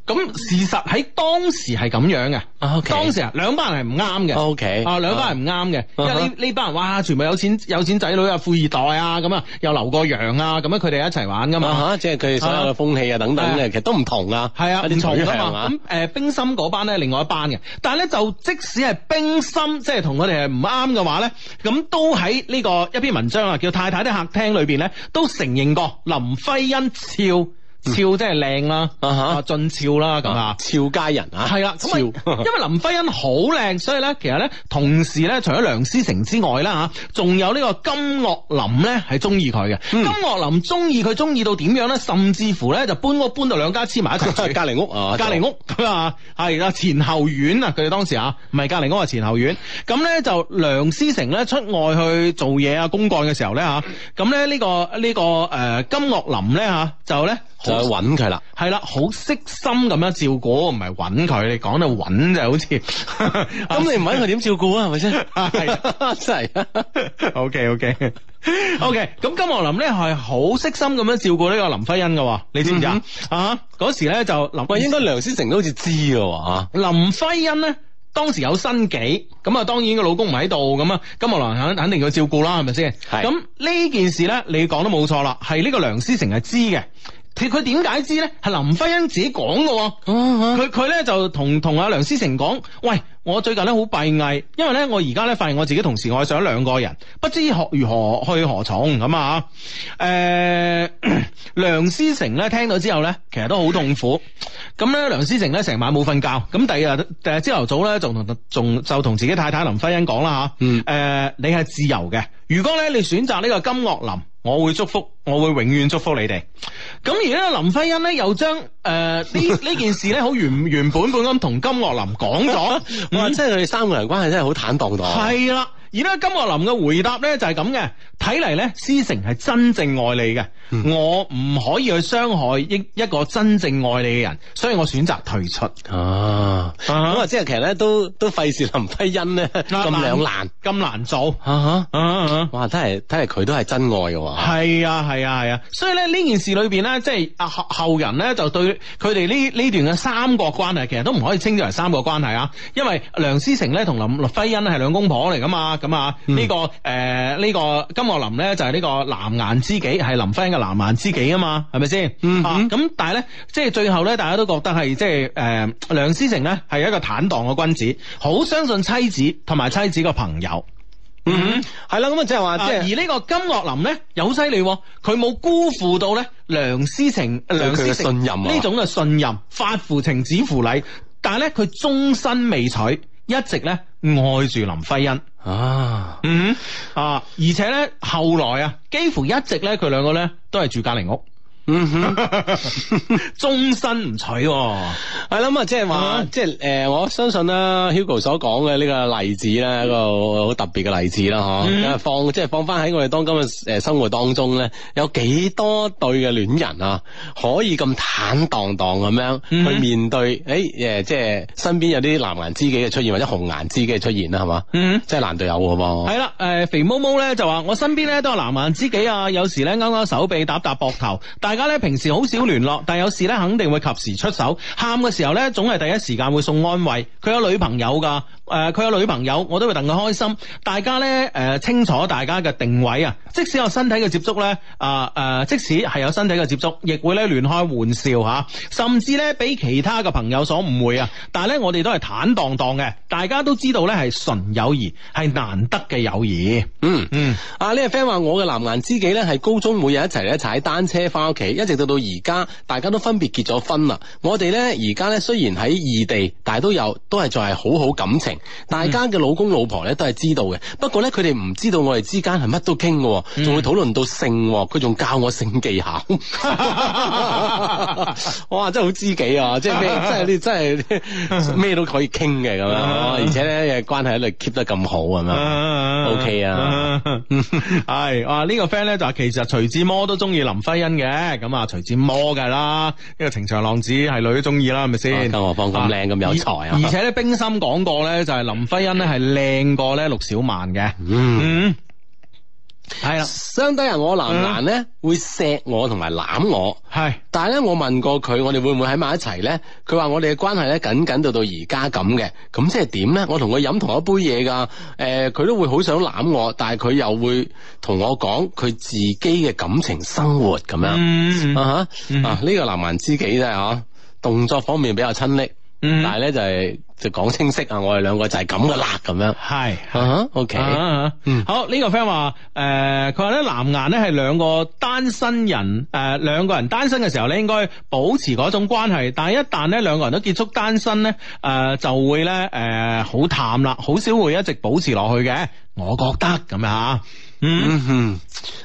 咁事實喺當時係咁樣嘅，啊，OK [laughs] 當時啊兩班人係唔啱嘅。 O K 啊，兩班人唔啱嘅，因為啊呢哈呢班人哇，全部有錢有錢仔女啊，富二代啊，咁啊，又留過洋啊，咁樣佢哋一齊玩噶嘛。啊吓，即係佢哋所有嘅風氣啊等等係啊嘅，其實都唔同啊。係啊，一啲唔同取噶向嘛。啊咁誒、呃冰心嗰班咧，另外一班嘅。但係咧，就即使係冰心，即係同佢哋係唔啱嘅話咧，咁都喺呢個一篇文章啊，叫《太太的客廳》裏邊咧，都承認過林徽因俏俏，即係靚啦，嗯啊哈啊俊俏啦咁啊啊，。俏佳人啊，係啦，咁啊，俏 [laughs] 因為林徽因好靚，所以咧，其實咧，同時咧，除咗梁思成之外啦吓，仲有呢個金岳霖咧係中意佢嘅。金嗯岳霖中意佢中意到點樣咧？甚至乎咧就搬屋搬到兩家黐埋一齊住 [laughs] 。隔離屋啊，隔離屋咁啊，係啦，前後院啊，佢哋當時啊，唔係隔離屋啊，前後院。咁咧就梁思成咧出外去做嘢啊，公幹嘅時候咧嚇，咁咧呢個呢、個誒、呃金岳霖咧嚇，就咧就去好揾佢啦。係啦，好悉心咁樣照顧，唔係揾佢，你講到揾就好似咁你唔揾佢點照顧啊？係咪先？ [laughs] 係 [laughs] 真係啊 O K O [laughs] K O K，咁金岳霖咧係好悉心咁樣照顧呢個林徽因嘅喎，你知唔知嗯啊？啊，嗰時咧就林喂，應該梁思成都好似知嘅喎啊啊林徽因咧。當時有新紀，咁啊當然個老公唔喺度，咁啊金木蘭肯肯定要照顧啦，係咪先？係咁呢件事咧，你講得冇錯啦，係呢個梁思成係知嘅。佢佢點解知咧？係林徽因自己講嘅喎。佢佢咧就同同阿梁思成講：，喂，我最近咧好閉翳，因為咧我而家咧發現我自己同時愛上兩個人，不知學如何去何從咁啊！誒、梁思成咧聽到之後咧，其實都好痛苦。咁咧，梁思成咧成晚冇瞓覺，咁第二日第日朝頭早咧，仲同仲就同自己太太林徽因講啦嚇，誒、你係自由嘅，如果咧你選擇呢個金岳霖。我會祝福，我會永遠祝福你哋。咁而咧，林徽因咧又將誒呢 [laughs] 呢件事咧好原原本本咁同金岳霖講咗，嚇。 [laughs] 哇！即係佢哋三個人關係真嗯係好坦蕩蕩。系啦，而咧金岳霖嘅回答咧就係咁嘅，睇嚟咧思成係真正愛你嘅，嗯我唔可以去傷害一一個真正愛你嘅人，所以我選擇退出。啊，咁啊，即係其實咧都都費事林徽因 [laughs] 咧咁兩難咁難做。啊啊啊哇！睇嚟睇嚟佢都係真愛嘅喎。系啊，系啊，系啊，所以咧呢件事裏边咧，即係啊後後人咧就對佢哋呢呢段嘅三角關係，其實都唔可以稱之為三角關係啊，因為梁思成咧同林徽因係兩公婆嚟噶嘛，咁啊嗯呢個诶呢個金岳霖咧就係呢個藍顏知己，係林徽因嘅藍顏知己啊嘛，係咪先？嗯啊咁但係咧，即係最後咧，大家都覺得係即係诶梁思成咧係一個坦蕩嘅君子，好相信妻子同埋妻子嘅朋友。嗯，係啦，咁啊，即係話啊即而係呢個金岳霖咧，又好犀利喎，佢冇辜負到咧梁思成、梁思佢嘅成信任啊呢種嘅信任，發乎情，止乎禮，但係咧佢終身未娶，一直咧愛住林徽因。啊，嗯啊，而且咧後來啊，幾乎一直咧佢兩個咧都係住隔離 [laughs] 屋， [laughs] 嗯哼。終身唔娶喎、系啦，咁啊，即係話，啊即係诶，呃我相信啦，Hugo 所講嘅呢個例子咧，一個好特別嘅例子啦，嗬、嗯因為放即係放翻喺我哋當今嘅诶生活當中咧，有幾多對嘅戀人啊，可以咁坦蕩蕩咁樣嗯去面對诶诶、呃即係身邊有啲藍顏知己嘅出現，或者紅顏知己嘅出現啦，係嘛？嗯。真係難隊友嘅噃。系啦，诶、肥毛毛咧就話：我身邊咧都有藍顏知己啊，有時咧勾勾手臂，搭搭膊頭，大家咧平時好少聯絡，但有事咧肯定會及時出手。喊嘅時候咧，總係第一時間會送安慰。佢有女朋友㗎，呃诶、佢有女朋友，我都會戥佢開心。大家咧诶、誒清楚大家嘅定位啊，即使有身體嘅接觸咧，啊、誒、即使係有身體嘅接觸，亦會咧亂開玩笑吓，甚至咧俾其他嘅朋友所誤會啊。但係咧，我哋都係坦蕩蕩嘅，大家都知道咧係純友誼，係難得嘅友誼。嗯。嗯，啊！呢個 friend 話我嘅藍顏知己咧，係高中每日一齊咧踩單車翻屋企，一直到到而家，大家都分別結咗婚啦。我哋咧而家咧雖然喺異地，但係都有都係仲係好好感情。大家嘅老公老婆咧都係知道嘅，不過咧佢哋唔知道我哋之間係乜都傾嘅喎，仲會討論到性喎，佢仲教我性技巧。哇！真係好知己啊！即係咩？即係呢？真係咩都可以傾嘅咁樣，而且咧關係喺度 keep 得咁好咁啊樣。[laughs] OK 啊，系啊呢個 friend 咧就話其實徐志摩都中意林徽因嘅，咁啊徐志摩噶啦，呢個情場浪子係女都中意啦，係咪啊先？更何況咁靚咁有才啊而而且咧，冰心講過咧，就係林徽因咧係靚過咧陸小曼嘅。嗯。嗯，係啦，相低人我男男咧會錫我同埋攬我，係但係咧我問過佢，我哋會唔會喺埋一齊咧？佢話我哋嘅關係咧緊緊到到而家咁嘅，咁即係點咧？我同佢飲同一杯嘢㗎，誒、佢都會好想攬我，但係佢又會同我講佢自己嘅感情生活咁樣、嗯嗯啊吓啊呢、個男男知己真係嗬，動作方面比較親昵，嗯但係咧就係、就講清晰啊，我哋兩個就係咁噶啦咁樣係。啊，OK。啊嗯好呢、個 friend 話誒，佢話咧藍顏咧係兩個單身人誒、呃，兩個人單身嘅時候咧，應該保持嗰種關係，但係一旦咧兩個人都結束單身咧，誒、就會咧誒好淡啦，好少會一直保持落去嘅，我覺得咁樣嚇，嗯嗯哼，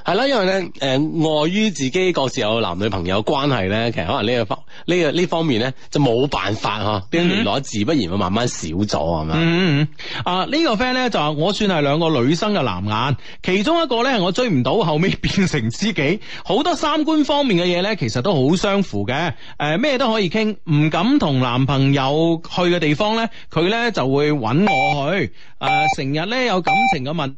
係啦，因為咧，誒、礙於自己各自有男女朋友關係咧，其實可能呢個方呢、個呢方面咧就冇辦法嗬，呢種聯絡自不然會慢慢少咗咁嗯嘛。嗯嗯啊呢、個 friend 咧就話我算係兩個女生嘅藍顏，其中一個咧我追唔到，後尾變成知己，好多三觀方面嘅嘢咧其實都好相符嘅，誒、咩都可以傾，唔敢同男朋友呃去嘅地方咧，佢咧就會揾我去，誒成日咧有感情嘅問題。